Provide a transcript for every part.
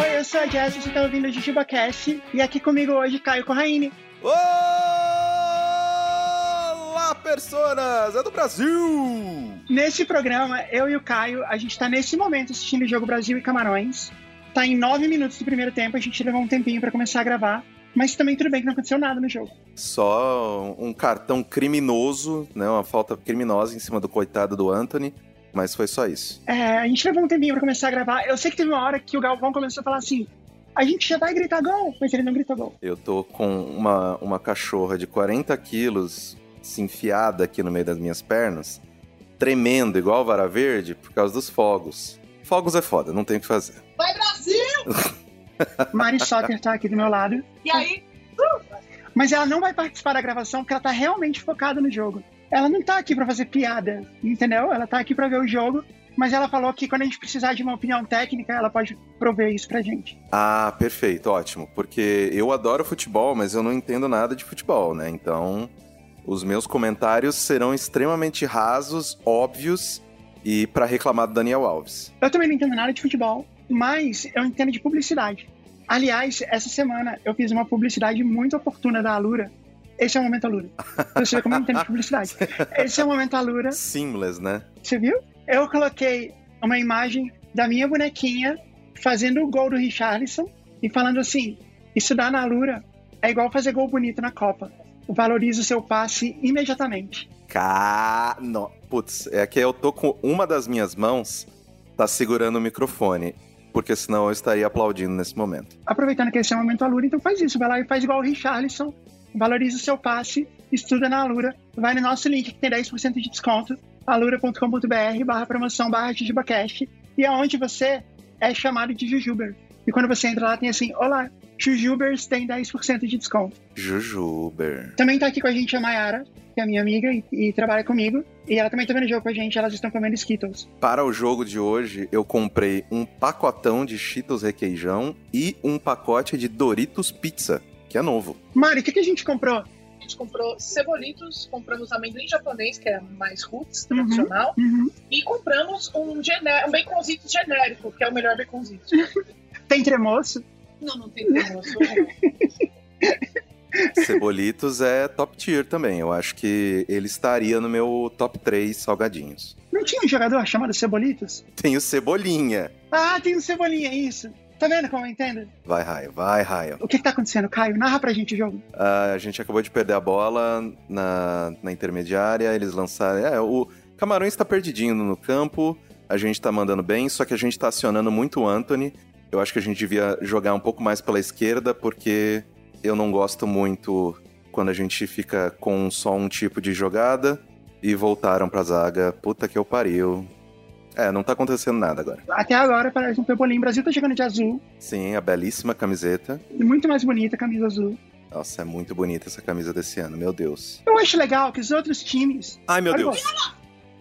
Oi, eu sou a Jess, você tá ouvindo o JujubaCast, e aqui comigo hoje Caio Corraine. Olá, personas! É do Brasil! Nesse programa, eu e o Caio, a gente tá nesse momento assistindo o jogo Brasil e Camarões. Tá em nove minutos do primeiro tempo, a gente levou um tempinho pra começar a gravar, mas também tudo bem que não aconteceu nada no jogo. Só um cartão criminoso, né? Uma falta criminosa em cima do coitado do Anthony, mas foi só isso. É, a gente levou um tempinho pra começar a gravar. Eu sei que teve uma hora que o Galvão começou a falar assim: a gente já vai gritar gol, mas ele não gritou gol. Eu tô com uma, uma cachorra de 40 quilos se enfiada aqui no meio das minhas pernas, tremendo igual vara verde por causa dos fogos. Fogos é foda, não tem o que fazer. Vai, Brasil! Mari Soter tá aqui do meu lado, E aí? mas ela não vai participar da gravação porque ela tá realmente focada no jogo. Ela não tá aqui pra fazer piada, entendeu? Ela tá aqui pra ver o jogo, mas ela falou que quando a gente precisar de uma opinião técnica, ela pode prover isso pra gente. Ah, perfeito, ótimo. Porque eu adoro futebol, mas eu não entendo nada de futebol, né? Então, os meus comentários serão extremamente rasos, óbvios e pra reclamar do Daniel Alves. Eu também não entendo nada de futebol, mas eu entendo de publicidade. Aliás, essa semana eu fiz uma publicidade muito oportuna da Alura. Esse é o momento Alura. Você vê como eu não entendo de publicidade. Esse é o momento Alura. Seamless, né? Você viu? Eu coloquei uma imagem da minha bonequinha fazendo o gol do Richarlison e falando assim: estudar na Lura é igual fazer gol bonito na Copa. Valoriza o seu passe imediatamente. Ca... Não. Putz, é que eu tô com uma das minhas mãos tá segurando o microfone, porque senão eu estaria aplaudindo nesse momento. Aproveitando que esse é o momento Alura, então faz isso, vai lá e faz igual o Richarlison, valoriza o seu passe, estuda na Alura, vai no nosso link que tem 10% de desconto, alura.com.br barra promoção barra JujubaCast, e é onde você é chamado de Jujuber. E quando você entra lá tem assim, olá, Jujubers tem 10% de desconto. Jujuber. Também tá aqui com a gente a Mayara, que é minha amiga e, e trabalha comigo, e ela também tá vendo jogo com a gente, elas estão comendo Skittles. Para o jogo de hoje, eu comprei um pacotão de Cheetos requeijão e um pacote de Doritos Pizza, que é novo. Mari, o que, que a gente comprou? A gente comprou cebolitos, compramos amendoim japonês, que é mais roots, tradicional, Uhum. e compramos um, gené- um baconzito genérico, que é o melhor baconzito. Tem tremoço? não, não tem como, eu sou- Cebolitos é top tier também. Eu acho que ele estaria no meu top 3 salgadinhos. Não tinha um jogador chamado Cebolitos? Tem o Cebolinha. Ah, tem um Cebolinha, é isso. Tá vendo como eu entendo? Vai, Raio, vai, Raio. O que, que tá acontecendo, Caio? Narra pra gente o jogo. Ah, a gente acabou de perder a bola na, na intermediária, eles lançaram. É, o Camarões tá perdidinho no campo, a gente tá mandando bem, só que a gente tá acionando muito o Anthony. Eu acho que a gente devia jogar um pouco mais pela esquerda, porque eu não gosto muito quando a gente fica com só um tipo de jogada e voltaram pra zaga. Puta que eu pariu. É, não tá acontecendo nada agora. Até agora parece um Cebolinha. O Brasil tá jogando de azul, Sim, a belíssima camiseta. muito mais bonita, camisa azul. Nossa, é muito bonita essa camisa desse ano, meu Deus. Eu acho legal que os outros times. Ai, meu Olha o Deus.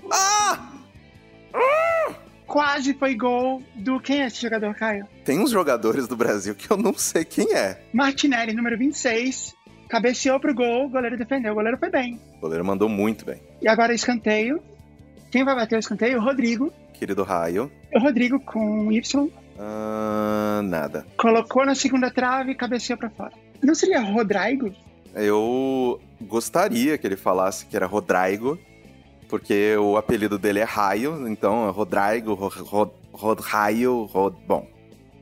Ah! gol. Quase foi gol do. Quem é esse jogador, Caio? Tem uns jogadores do Brasil que eu não sei quem é. Martinelli, número 26. Cabeceou pro gol, o goleiro defendeu. O goleiro foi bem. O goleiro mandou muito bem. E agora escanteio. Quem vai bater o escanteio? O Rodrigo. Querido Raio. O Rodrigo com Y Ah, nada. colocou na segunda trave e cabeceou pra fora. Não seria Rodrigo? Eu gostaria que ele falasse que era Rodrigo, porque o apelido dele é Raio, então é Rodrigo, Ro- Ro- Ro- Raio, Ro- Bom,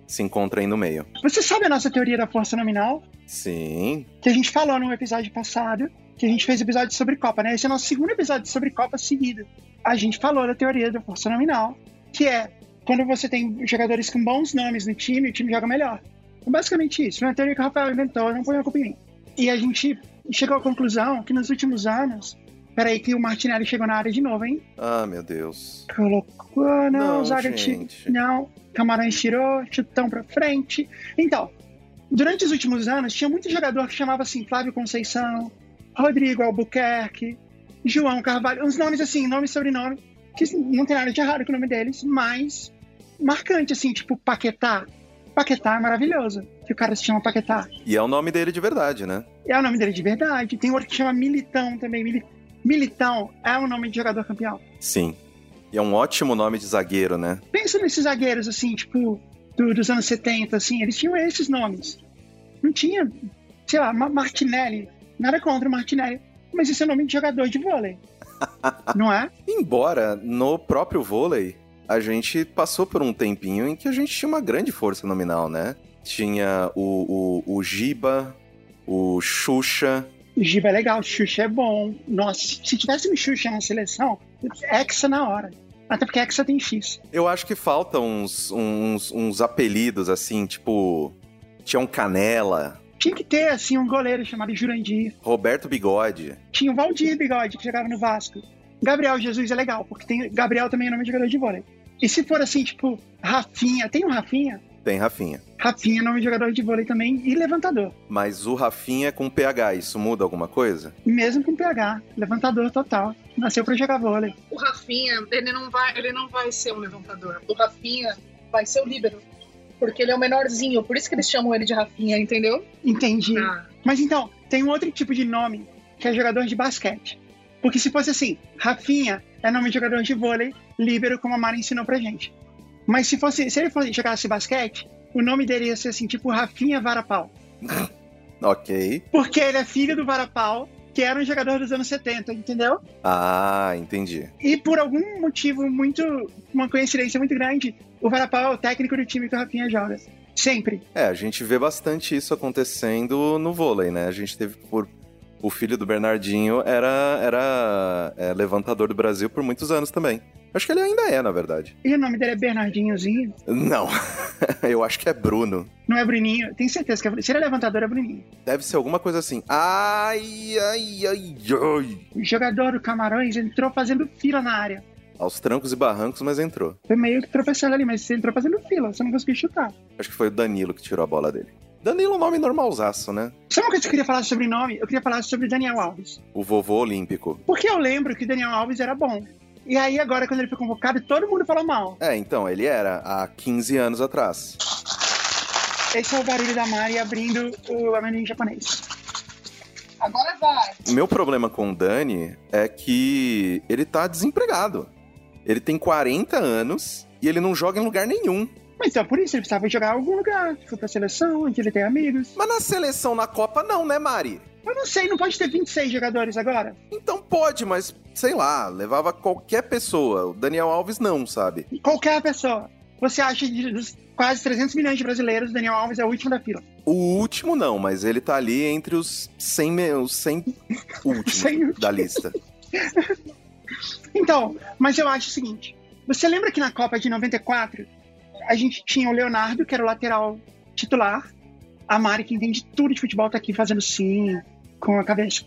se encontra aí no meio. Você sabe a nossa teoria da força nominal? Sim, que a gente falou no episódio passado, que a gente fez episódio sobre Copa, né? Esse é o nosso segundo episódio sobre Copa seguido. A gente falou da teoria da força nominal, que é quando você tem jogadores com bons nomes no time, o time joga melhor. É basicamente isso. Foi uma teoria que o Rafael inventou, não põe a culpa em mim. E a gente chegou à conclusão que nos últimos anos. Peraí, que o Martinelli chegou na área de novo, hein? Ah, meu Deus. Colocou. Não, Não, zaga ti- gente. Não, Camarões tirou, chutão pra frente. Então, durante os últimos anos, tinha muito jogador que chamava assim Flávio Conceição, Rodrigo Albuquerque, João Carvalho, uns nomes assim, nome e sobrenome, que não tem nada de errado com o nome deles, mas marcante, assim, tipo Paquetá, Paquetá é maravilhoso, que o cara se chama Paquetá. E é o nome dele de verdade, né? É o nome dele de verdade. Tem outro que chama Militão também. Mili- Militão é o nome de jogador campeão. Sim. E é um ótimo nome de zagueiro, né? Pensa nesses zagueiros, assim, tipo, do- dos anos 70, assim, eles tinham esses nomes. Não tinha, sei lá, Ma- Martinelli. Nada contra o Martinelli. Mas esse é o nome de jogador de vôlei. Não é? Embora no próprio vôlei, a gente passou por um tempinho em que a gente tinha uma grande força nominal, né? Tinha o, o, o Giba, o Xuxa. Giba é legal, Xuxa é bom. Nossa, se tivesse um Xuxa na seleção, Hexa na hora. Até porque Hexa tem X. Eu acho que faltam uns, uns, uns apelidos, assim, tipo. Tinha um Canela, Tinha que ter, assim, um goleiro chamado Jurandir. Roberto Bigode. Tinha o Valdir Bigode, que jogava no Vasco. Gabriel Jesus é legal, porque tem Gabriel também é nome de jogador de vôlei. E se for assim, tipo, Rafinha, tem um Rafinha? Tem Rafinha. Rafinha é nome de jogador de vôlei também e levantador. Mas o Rafinha é com PH, isso muda alguma coisa? Mesmo com PH, levantador total. Nasceu pra jogar vôlei. O Rafinha, ele não vai, ele não vai ser um levantador. O Rafinha vai ser o líbero. Porque ele é o menorzinho, por isso que eles chamam ele de Rafinha, entendeu? Entendi. Ah, Mas então, tem um outro tipo de nome que é jogador de basquete. Porque se fosse assim, Rafinha é nome de jogador de vôlei, líbero, como a Mara ensinou pra gente. Mas se fosse, se ele fosse jogasse basquete, o nome dele ia ser assim, tipo Rafinha Varapau. Ok. Porque ele é filho do Varapau, que era um jogador dos anos 70, entendeu? Ah, entendi. E por algum motivo muito. uma coincidência muito grande, o Varapau é o técnico do time que o Rafinha joga. Sempre. É, a gente vê bastante isso acontecendo no vôlei, né? A gente teve por. O filho do Bernardinho era, era é, levantador do Brasil por muitos anos também. Acho que ele ainda é, na verdade. E o nome dele é Bernardinhozinho. Não, eu acho que é Bruno. Não é Bruninho. Tenho certeza que é Bruninho. Se ele é levantador, é Bruninho. Deve ser alguma coisa assim. Ai, ai, ai, ai. O jogador do Camarões entrou fazendo fila na área. Aos trancos e barrancos, mas entrou. Foi meio que tropeçando ali, mas ele entrou fazendo fila, você não conseguiu chutar. Acho que foi o Danilo que tirou a bola dele. Danilo é um nome normalzaço, né? Sabe uma coisa que eu queria falar sobre nome? Eu queria falar sobre Daniel Alves. O vovô olímpico. Porque eu lembro que Daniel Alves era bom. E aí, agora, quando ele foi convocado, todo mundo falou mal. É, então, ele era há 15 anos atrás. Esse é o barulho da Mari abrindo o amendoim japonês. agora vai. O meu problema com o Dani é que ele tá desempregado. Ele tem 40 anos e ele não joga em lugar nenhum. Mas então, por isso, ele precisava jogar em algum lugar. Foi pra seleção, onde ele tem amigos. Mas na seleção, na Copa, não, né, Mari? Eu não sei, não pode ter 26 jogadores agora? Então pode, mas sei lá, levava qualquer pessoa. O Daniel Alves não, sabe? Qualquer pessoa. Você acha de, dos quase 300 milhões de brasileiros, Daniel Alves é o último da fila. O último não, mas ele tá ali entre os 100, me- os 100 últimos 100 últimos. da lista. Então, mas eu acho o seguinte: você lembra que na Copa de 94 a gente tinha o Leonardo, que era o lateral titular, a Mari, que entende tudo de futebol, tá aqui fazendo sim com a cabeça.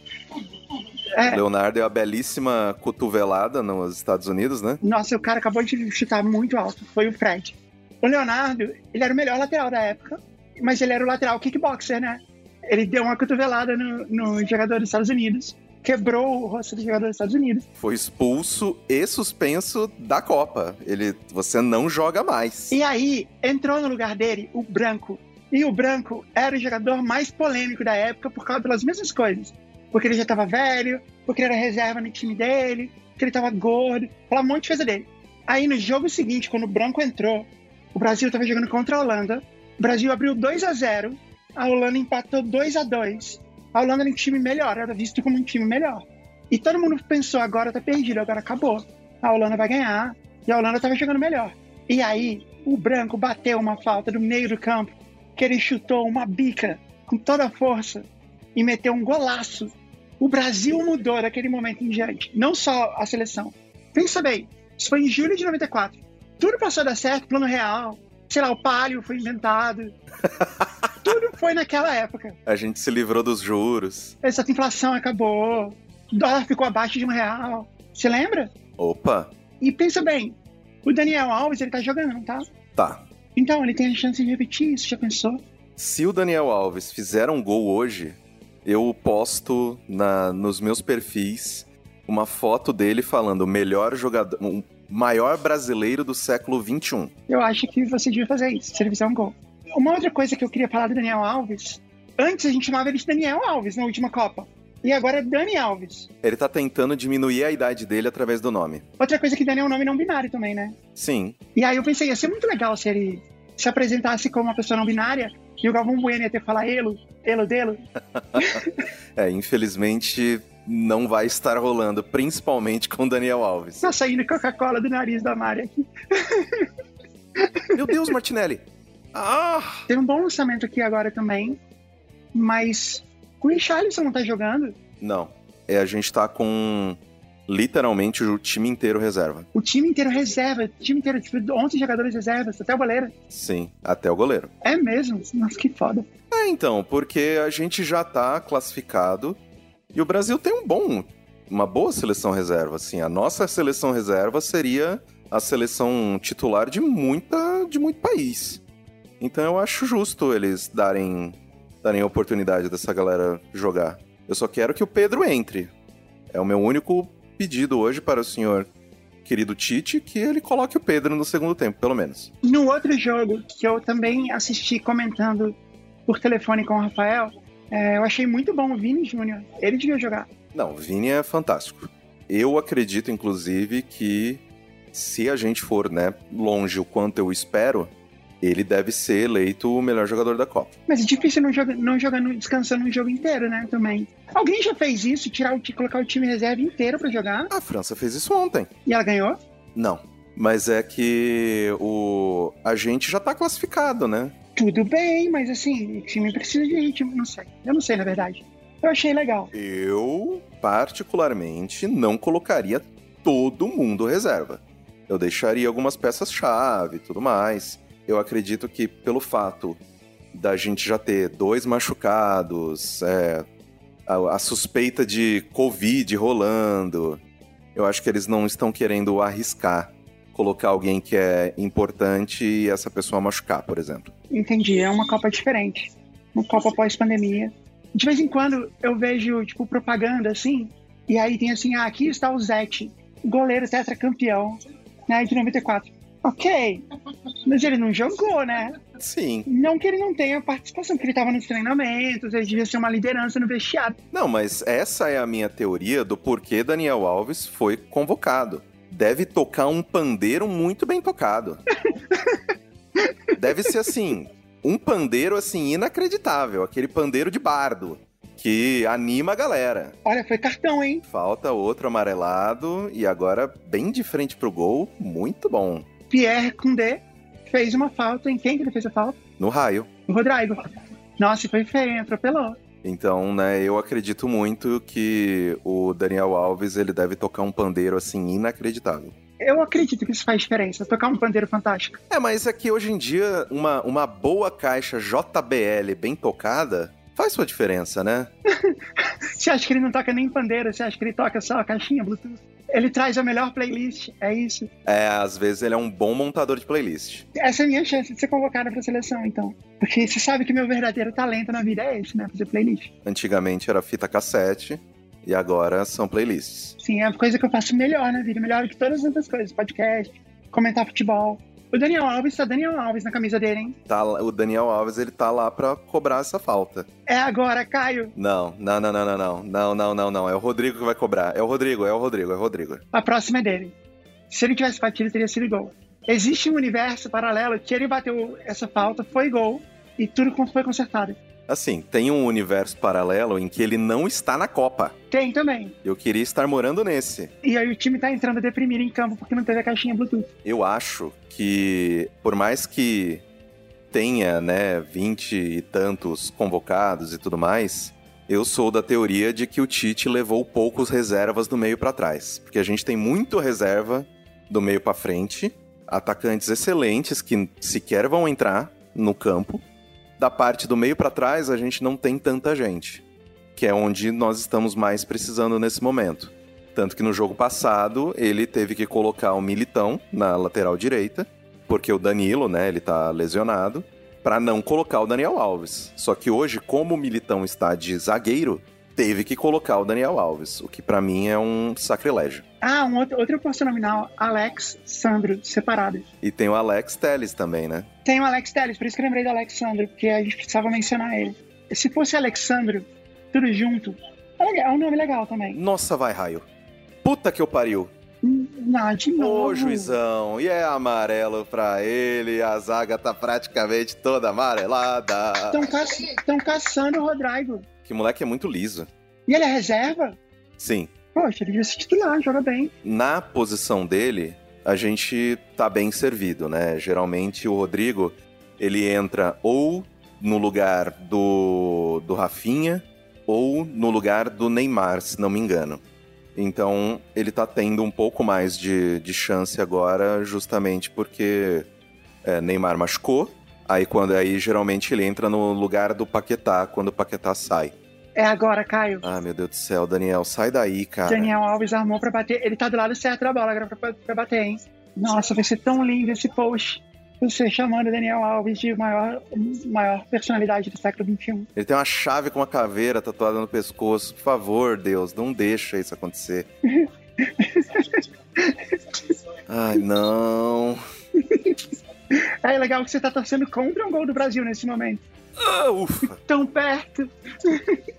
É, Leonardo é a belíssima cotovelada nos Estados Unidos, né? nossa, o cara acabou de chutar muito alto, foi o Fred. O Leonardo, ele era o melhor lateral da época, mas ele era o lateral kickboxer, né? Ele deu uma cotovelada no, no jogador dos Estados Unidos, quebrou o rosto do jogador dos Estados Unidos. Foi expulso e suspenso da Copa. Ele, você não joga mais. E aí entrou no lugar dele o Branco. E o Branco era o jogador mais polêmico da época por causa das mesmas coisas. Porque ele já tava velho, porque ele era reserva no time dele, porque ele tava gordo, pela um monte de coisa dele. Aí no jogo seguinte, quando o Branco entrou, o Brasil tava jogando contra a Holanda. O Brasil abriu 2 a 0 a Holanda empatou 2 a 2 A Holanda era um time melhor, era visto como um time melhor. E todo mundo pensou, agora tá perdido, agora acabou. A Holanda vai ganhar. E a Holanda tava jogando melhor. E aí, o branco bateu uma falta do meio do campo, que ele chutou uma bica com toda a força e meteu um golaço. O Brasil mudou daquele momento em diante, não só a seleção. Pensa bem, isso foi em julho de 94. Tudo passou a dar certo, plano real, sei lá, o palio foi inventado. Tudo foi naquela época. A gente se livrou dos juros. Essa inflação acabou, o dólar ficou abaixo de um real. Você lembra? Opa, E pensa bem, o Daniel Alves, ele tá jogando, tá? tá. Então, ele tem a chance de repetir isso, já pensou? Se o Daniel Alves fizer um gol hoje, eu posto na, nos meus perfis uma foto dele falando "O melhor jogador, o maior brasileiro do século XXI. Eu acho que você devia fazer isso, se ele fizer um gol. Uma outra coisa que eu queria falar do Daniel Alves. Antes a gente chamava ele de Daniel Alves na última Copa. E agora é Dani Alves. Ele tá tentando diminuir a idade dele através do nome. Outra coisa que Dani é um nome não binário também, né? Sim. E aí eu pensei, ia ser muito legal se ele se apresentasse como uma pessoa não binária e o Galvão Bueno ia ter que falar elo, elo delo. É, infelizmente não vai estar rolando, principalmente com Daniel Alves. Tá saindo Coca-Cola do nariz da Mari aqui. Meu Deus, Martinelli! Ah! Teve um bom lançamento aqui agora também, mas o Richarlison não tá jogando. Não. É, a gente tá com literalmente o time inteiro reserva. O time inteiro reserva, o time inteiro, tipo, 11 jogadores reservas, até o goleiro. Sim, até o goleiro. É mesmo? Nossa, que foda. É, então, porque a gente já tá classificado e o Brasil tem um bom, uma boa seleção reserva, assim. A nossa seleção reserva seria a seleção titular de muita, de muito país. Então eu acho justo eles darem darem a oportunidade dessa galera jogar. Eu só quero que o Pedro entre. É o meu único pedido hoje para o senhor querido Tite que ele coloque o Pedro no segundo tempo, pelo menos. No outro jogo que eu também assisti comentando por telefone com o Rafael, é, eu achei muito bom o Vini Júnior. Ele devia jogar. Não, o Vini é fantástico. Eu acredito, inclusive, que se a gente for né, longe o quanto eu espero, ele deve ser eleito o melhor jogador da Copa. Mas é difícil não jogar, não jogar no- descansando um jogo inteiro, né? Também. Alguém já fez isso, tirar o, ti- colocar o time reserva inteiro pra jogar A França fez isso ontem. e ela ganhou? Não. Mas é que o a gente já tá classificado, né? Tudo bem, mas assim, o time precisa de ritmo, não sei. Eu não sei, na verdade. Eu achei legal. Eu, particularmente, não colocaria todo mundo reserva. Eu deixaria algumas peças-chave e tudo mais. Eu acredito que, pelo fato da gente já ter dois machucados, é, a, a suspeita de Covid rolando, eu acho que eles não estão querendo arriscar colocar alguém que é importante e essa pessoa machucar, por exemplo. Entendi, é uma Copa diferente. Uma Copa pós-pandemia. De vez em quando eu vejo, tipo, propaganda assim, e aí tem assim, ah, aqui está o Zete, goleiro tetracampeão, né, de 94. Ok, mas ele não jogou, né? Sim. Não que ele não tenha participação, que ele estava nos treinamentos, ele devia ser uma liderança no vestiário. Não, mas essa é a minha teoria do porquê Daniel Alves foi convocado. Deve tocar um pandeiro muito bem tocado. Deve ser assim, um pandeiro assim inacreditável, aquele pandeiro de bardo que anima a galera. Olha, foi cartão, hein? Falta outro amarelado e agora bem de frente pro gol, muito bom. Pierre Koundé fez uma falta. Em quem que ele fez a falta? No raio. O Rodrigo. Nossa, foi feio, hein? atropelou. Então, né, eu acredito muito que o Daniel Alves ele deve tocar um pandeiro assim inacreditável. Eu acredito que isso faz diferença, tocar um pandeiro fantástico. É, mas é que hoje em dia uma, uma boa caixa JBL bem tocada faz sua diferença, né? Você acha que ele não toca nem pandeiro? Você acha que ele toca só a caixinha Bluetooth? Ele traz a melhor playlist, é isso. É, às vezes ele é um bom montador de playlist. Essa é a minha chance de ser convocada pra seleção, então. Porque você sabe que meu verdadeiro talento na vida é esse, né? Fazer playlist. Antigamente era fita cassete e agora são playlists. Sim, é a coisa que eu faço melhor na vida, melhor que todas as outras coisas. Podcast, comentar futebol. O Daniel Alves tá Daniel Alves na camisa dele, hein? Tá, lá- o Daniel Alves ele tá lá pra cobrar essa falta. É agora, Caio. Não, não, não, não, não, não, não, não, não, não. É o Rodrigo que vai cobrar. É o Rodrigo, é o Rodrigo, é o Rodrigo. A próxima é dele. Se ele tivesse batido, teria sido gol. Existe um universo paralelo que ele bateu essa falta, foi gol e tudo foi consertado. Assim, tem um universo paralelo em que ele não está na Copa. Tem também. Eu queria estar morando nesse. E aí o time tá entrando deprimido em campo porque não teve a caixinha Bluetooth. eu acho que, por mais que tenha, né, 20 e tantos convocados e tudo mais, eu sou da teoria de que o Tite levou poucos reservas do meio pra trás. Porque a gente tem muito reserva do meio pra frente, atacantes excelentes que sequer vão entrar no campo. Da parte do meio pra trás, a gente não tem tanta gente, que é onde nós estamos mais precisando nesse momento. Tanto que no jogo passado ele teve que colocar o Militão na lateral direita, porque o Danilo, né, ele tá lesionado, pra não colocar o Daniel Alves. Só que hoje, como o Militão está de zagueiro, teve que colocar o Daniel Alves, o que pra mim é um sacrilégio. Ah, um outro, outra posição nominal, Alex, Sandro, separados. E tem o Alex Telles também, né? Tem o Alex Telles, por isso que eu lembrei do Alex Sandro, porque a gente precisava mencionar ele. Se fosse Alexandro, tudo junto, é legal, é um nome legal também. Nossa, vai raio. Puta que eu pariu. Hum, Não, de novo. Ô, juizão, e é amarelo pra ele, a zaga tá praticamente toda amarelada. Estão ca... tão caçando o Rodrigo. Que moleque é muito liso. E ele é reserva? Sim, Poxa, ele devia se titular, joga bem. na posição dele, a gente tá bem servido, né? Geralmente o Rodrigo, ele entra ou no lugar do, do Rafinha ou no lugar do Neymar, se não me engano. Então ele tá tendo um pouco mais de, de chance agora, justamente porque é, Neymar machucou. Aí quando aí geralmente ele entra no lugar do Paquetá quando o Paquetá sai. É agora, Caio. Ah, meu Deus do céu, Daniel, sai daí, cara. Daniel Alves armou pra bater. Ele tá do lado certo da bola agora pra, pra bater, hein? Nossa, vai ser tão lindo esse post. Você chamando o Daniel Alves de maior, maior personalidade do século um. XXI. Ele tem uma chave com uma caveira tatuada no pescoço. Por favor, Deus, não deixa isso acontecer. Ai, não. É legal que você tá torcendo contra um gol do Brasil nesse momento. Ah, ufa. Tão perto.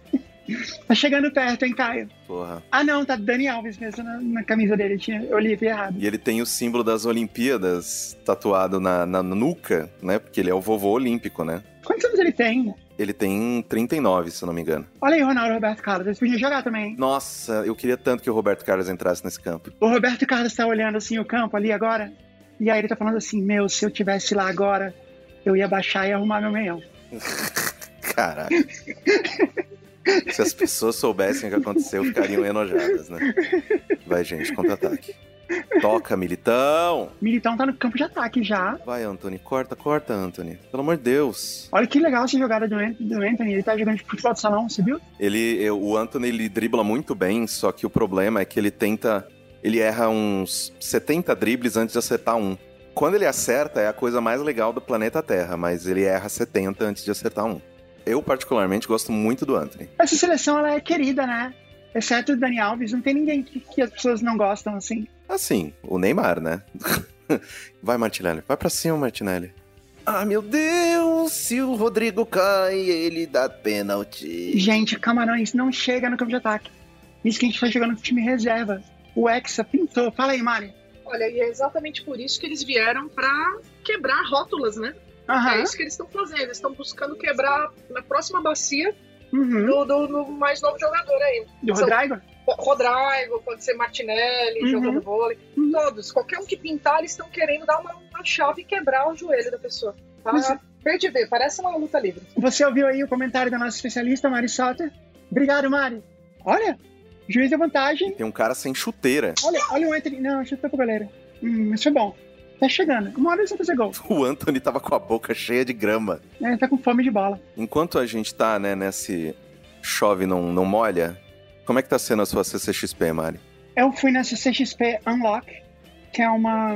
tá chegando perto, hein, Caio? Porra. Ah, não, tá Daniel Alves mesmo na, na camisa dele. Tinha, eu li errado. E ele tem o símbolo das Olimpíadas tatuado na, na nuca, né? Porque ele é o vovô olímpico, né? Quantos anos ele tem? Ele tem 39, se eu não me engano. Olha aí o Ronaldo Roberto Carlos. Eles podiam jogar também, hein? Nossa, eu queria tanto que o Roberto Carlos entrasse nesse campo. O Roberto Carlos tá olhando assim o campo ali agora, e aí ele tá falando assim: Meu, se eu tivesse lá agora, eu ia baixar e arrumar meu meião. Caraca. Se as pessoas soubessem o que aconteceu, ficariam enojadas, né? Vai, gente, contra-ataque. Toca, militão! Militão tá no campo de ataque já. Vai, Anthony, corta, corta, Anthony. Pelo amor de Deus. Olha que legal essa jogada do, An- do Anthony. Ele tá jogando de futebol de salão, você viu? Ele, eu- o Anthony, ele dribla muito bem, só que o problema é que ele tenta. Ele erra uns 70 dribles antes de acertar um. Quando ele acerta, é a coisa mais legal do planeta Terra, mas ele erra 70 antes de acertar um. Eu, particularmente, gosto muito do Anthony. Essa seleção ela é querida, né? Exceto o Dani Alves, não tem ninguém que, que as pessoas não gostam assim. Assim, o Neymar, né? Vai, Martinelli. Vai pra cima, Martinelli. Ah, meu Deus! Se o Rodrigo cai, ele dá pênalti. Gente, Camarões não chega no campo de ataque. Isso que a gente tá jogando com time reserva. O Hexa pintou. Fala aí, Mari. Olha, e é exatamente por isso que eles vieram pra quebrar rótulas, né? Aham. É isso que eles estão fazendo. Eles estão buscando quebrar na próxima bacia Uhum. do, do- do mais novo jogador aí. Do Rodrigo? Rodrigo, pode ser Martinelli, Uhum. jogando vôlei. Todos. Qualquer um que pintar, eles estão querendo dar uma, uma chave e quebrar o joelho da pessoa. Tá? Mas- Perdi ver, parece uma luta livre. Você ouviu aí o comentário da nossa especialista, Mari Sotter? Obrigado, Mari. Olha, juiz da vantagem. Tem um cara sem chuteira. Olha, olha o Anthony. Não, chutou pro goleiro. Hum, isso é bom. Tá chegando. Uma hora eles vão fazer gol. O Anthony tava com a boca cheia de grama. É, tá com fome de bola. Enquanto a gente tá, né, nesse chove não, não molha, como é que tá sendo a sua CCXP, Mari? Eu fui na CCXP Unlock, que é uma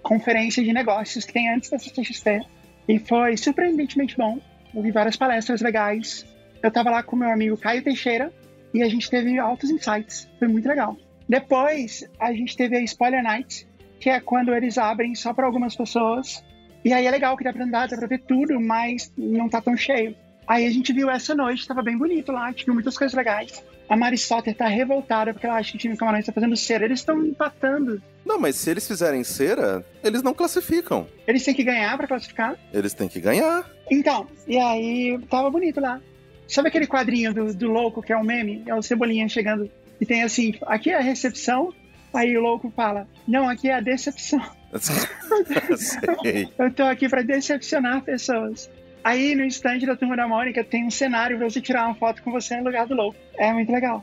conferência de negócios que tem antes da CCXP. E foi surpreendentemente bom. Eu vi várias palestras legais. Eu tava lá com meu amigo Caio Teixeira e a gente teve altos insights. Foi muito legal. Depois, a gente teve a Spoiler Night, que é quando eles abrem só para algumas pessoas. E aí é legal que dá pra andar, dá pra ver tudo, mas não tá tão cheio. Aí a gente viu essa noite, tava bem bonito lá, a gente viu muitas coisas legais. A Mari Sotter tá revoltada porque ela acha que o time do Camarões tá fazendo cera. Eles estão empatando. Não, mas se eles fizerem cera, eles não classificam. Eles têm que ganhar pra classificar. Eles têm que ganhar. Então, e aí tava bonito lá. Sabe aquele quadrinho do, do louco que é um meme? É o Cebolinha chegando e tem assim, aqui é a recepção, aí o louco fala, não, aqui é a decepção. Sei. Eu tô aqui pra decepcionar pessoas. Aí no estande da Turma da Mônica tem um cenário pra você tirar uma foto com você no lugar do louco. É muito legal.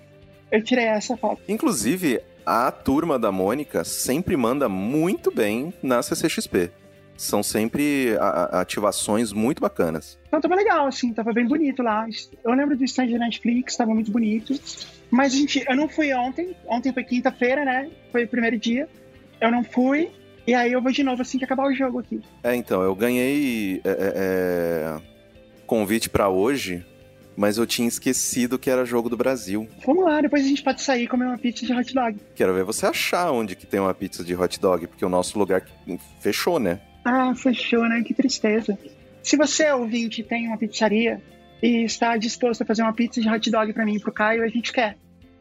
Eu tirei essa foto. Inclusive, a turma da Mônica sempre manda muito bem na CCXP. São sempre a- a- ativações muito bacanas. Então tava legal, assim, tava bem bonito lá. Eu lembro do stand da Netflix, tava muito bonito. Mas, gente, eu não fui ontem. Ontem foi quinta-feira, né? Foi o primeiro dia. Eu não fui. E aí eu vou de novo assim que acabar o jogo aqui. É, então, eu ganhei é, é, é, convite pra hoje, mas eu tinha esquecido que era jogo do Brasil. Vamos lá, depois a gente pode sair e comer uma pizza de hot dog. Quero ver você achar onde que tem uma pizza de hot dog, porque o nosso lugar fechou, né? Ah, fechou, né? Que tristeza. Se você, ouvinte, tem uma pizzaria e está disposto a fazer uma pizza de hot dog para mim e pro Caio, a gente quer.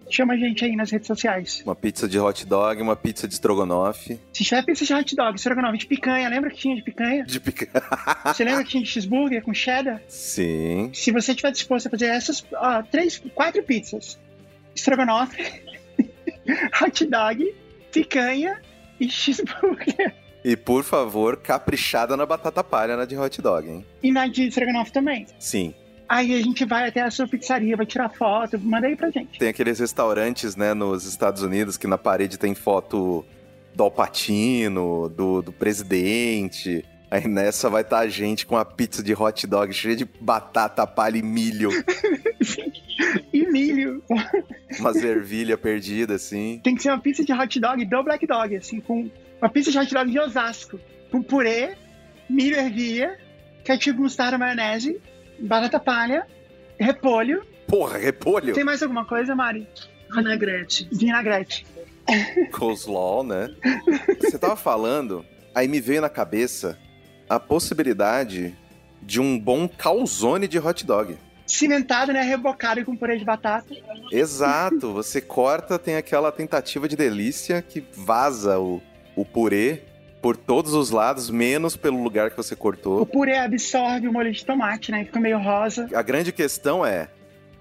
Chama a gente aí nas redes sociais. Uma pizza de hot dog, uma pizza de estrogonofe. Se tiver pizza de hot dog, estrogonofe de picanha, lembra que tinha de picanha? De picanha. Você lembra que tinha de cheeseburger com cheddar? Sim. Se você tiver disposto a fazer essas ó, três, quatro pizzas: estrogonofe, hot dog, picanha e cheeseburger. E por favor, caprichada na batata palha na de hot dog, hein? E na de estrogonofe também. Sim. Aí a gente vai até a sua pizzaria, vai tirar foto, manda aí pra gente. Tem aqueles restaurantes, né, nos Estados Unidos que na parede tem foto do Alpatino, do, do presidente. Aí nessa vai estar tá a gente com a pizza de hot dog cheia de batata, palha e milho. e milho. Umas ervilha perdida, assim. Tem que ser uma pizza de hot dog do Black Dog, assim, com uma pizza de hot dog de Osasco. Com purê, milho ervilha, ketchup, mostarda, maionese batata palha, repolho. Porra, repolho? Tem mais alguma coisa, Mari? Vinagrete. Vinagrete. Coleslaw, né? Você tava falando, aí me veio na cabeça a possibilidade de um bom calzone de hot dog. Cimentado, né? Rebocado com purê de batata. Exato. Você corta, tem aquela tentativa de delícia que vaza o, o purê por todos os lados, menos pelo lugar que você cortou. O purê absorve o molho de tomate, né? Fica meio rosa. A grande questão é: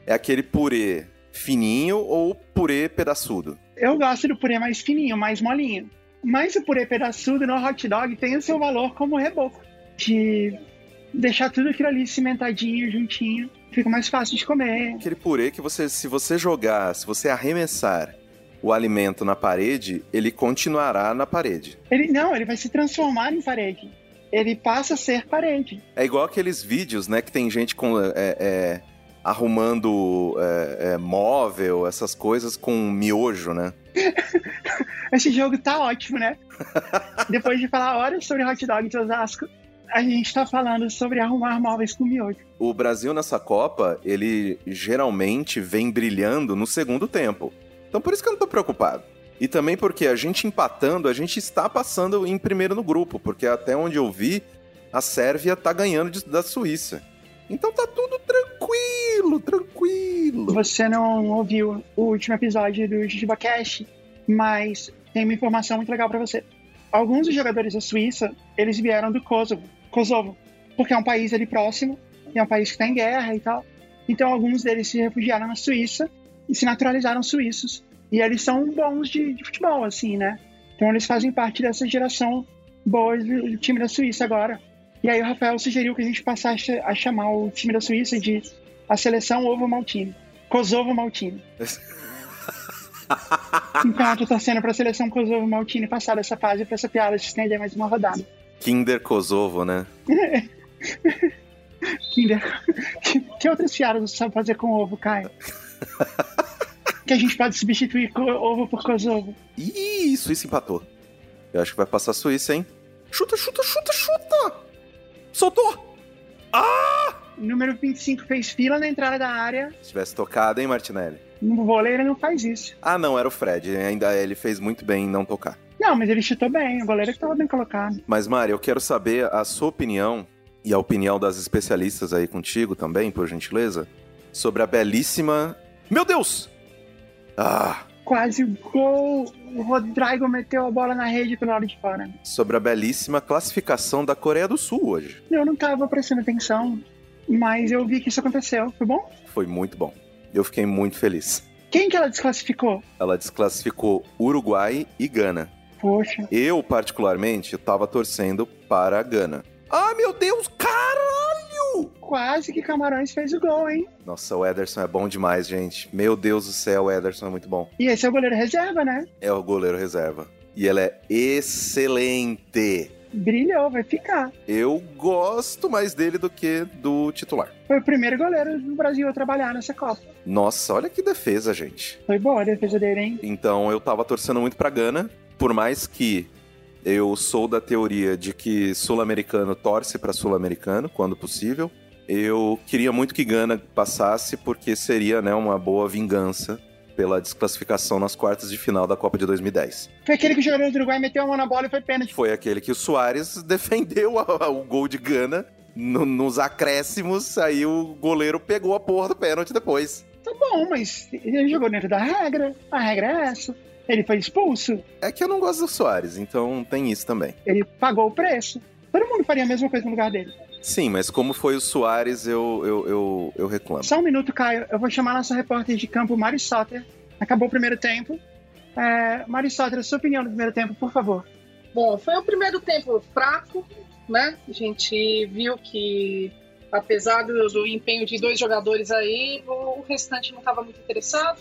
é aquele purê fininho ou purê pedaçudo? Eu gosto do purê mais fininho, mais molinho. Mas o purê pedaçudo no hot dog tem o seu valor como reboco de deixar tudo aquilo ali cimentadinho, juntinho. Fica mais fácil de comer. Aquele purê que você, se você jogar, se você arremessar o alimento na parede, ele continuará na parede. Ele não, ele vai se transformar em parede. Ele passa a ser parede. É igual aqueles vídeos, né, que tem gente com é, é, arrumando é, móvel, essas coisas com miojo, né? Esse jogo tá ótimo, né? Depois de falar horas sobre hot dog de Osasco, a gente tá falando sobre arrumar móveis com miojo. O Brasil nessa Copa, ele geralmente vem brilhando no segundo tempo. Então por isso que eu não tô preocupado. E também porque a gente empatando, a gente está passando em primeiro no grupo, porque até onde eu vi, a Sérvia tá ganhando de, da Suíça. Então tá tudo tranquilo, tranquilo. Você não ouviu o último episódio do Jujuba Cash, mas tem uma informação muito legal para você. Alguns dos jogadores da Suíça, eles vieram do Kosovo, Kosovo, porque é um país ali próximo, é um país que tá em guerra e tal. Então alguns deles se refugiaram na Suíça e se naturalizaram suíços. E eles são bons de, de, futebol, assim, né? Então eles fazem parte dessa geração boa do time da Suíça agora. E aí o Rafael sugeriu que a gente passasse a chamar o time da Suíça de a seleção Ovo Maltine. Kosovo Maltine. então eu tô torcendo pra seleção Kosovo Maltine passar dessa fase pra essa piada se estender mais uma rodada. Kinder Kosovo, né? Kinder. Que, que outras piadas você sabe fazer com ovo, Caio? que a gente pode substituir ovo por Kosovo. Ih, Suíça empatou. Eu acho que vai passar a Suíça, hein? Chuta, chuta, chuta, chuta! Soltou! Ah! Número 25 fez fila na entrada da área. Se tivesse tocado, hein, Martinelli? No vôlei ele não faz isso. Ah, não, era o Fred. Ainda ele fez muito bem em não tocar. Não, mas ele chutou bem. O goleiro estava bem colocado. Mas, Mari, eu quero saber a sua opinião e a opinião das especialistas aí contigo também, por gentileza, sobre a belíssima meu Deus! Ah! Quase gol! O Rodrigo meteu a bola na rede pelo lado de fora. Sobre a belíssima classificação da Coreia do Sul hoje. Eu não tava prestando atenção, mas eu vi que isso aconteceu. Foi bom? Foi muito bom. Eu fiquei muito feliz. Quem que ela desclassificou? Ela desclassificou Uruguai e Gana. Poxa. Eu, particularmente, tava torcendo para a Gana. Ah, meu Deus, caralho! Quase que Camarões fez o gol, hein? Nossa, o Ederson é bom demais, gente. Meu Deus do céu, o Ederson é muito bom. E esse é o goleiro reserva, né? É o goleiro reserva. E ela é excelente. Brilhou, vai ficar. Eu gosto mais dele do que do titular. Foi o primeiro goleiro do Brasil a trabalhar nessa Copa. Nossa, olha que defesa, gente. Foi boa a defesa dele, hein? Então eu tava torcendo muito pra Gana, por mais que eu sou da teoria de que sul-americano torce para sul-americano quando possível. Eu queria muito que Gana passasse, porque seria né, uma boa vingança pela desclassificação nas quartas de final da Copa de 2010. Foi aquele que jogou no Uruguai, meteu a mão na bola e foi pênalti. Foi aquele que o Soares defendeu a- a- o gol de Gana no- nos acréscimos, aí o goleiro pegou a porra do pênalti depois. Tá bom, mas ele jogou dentro da regra, a regra é essa. Ele foi expulso, É que eu não gosto do Soares, então tem isso também. ele pagou o preço. Todo mundo faria a mesma coisa no lugar dele. Sim, mas como foi o Soares, eu, eu, eu, eu reclamo. Só um minuto, Caio. Eu vou chamar nossa repórter de campo, Mari Soter. Acabou o primeiro tempo. É, Mari Soter, sua opinião do primeiro tempo, por favor. Bom, foi um primeiro tempo fraco, né? A gente viu que, apesar do, do empenho de dois jogadores aí, o restante não estava muito interessado.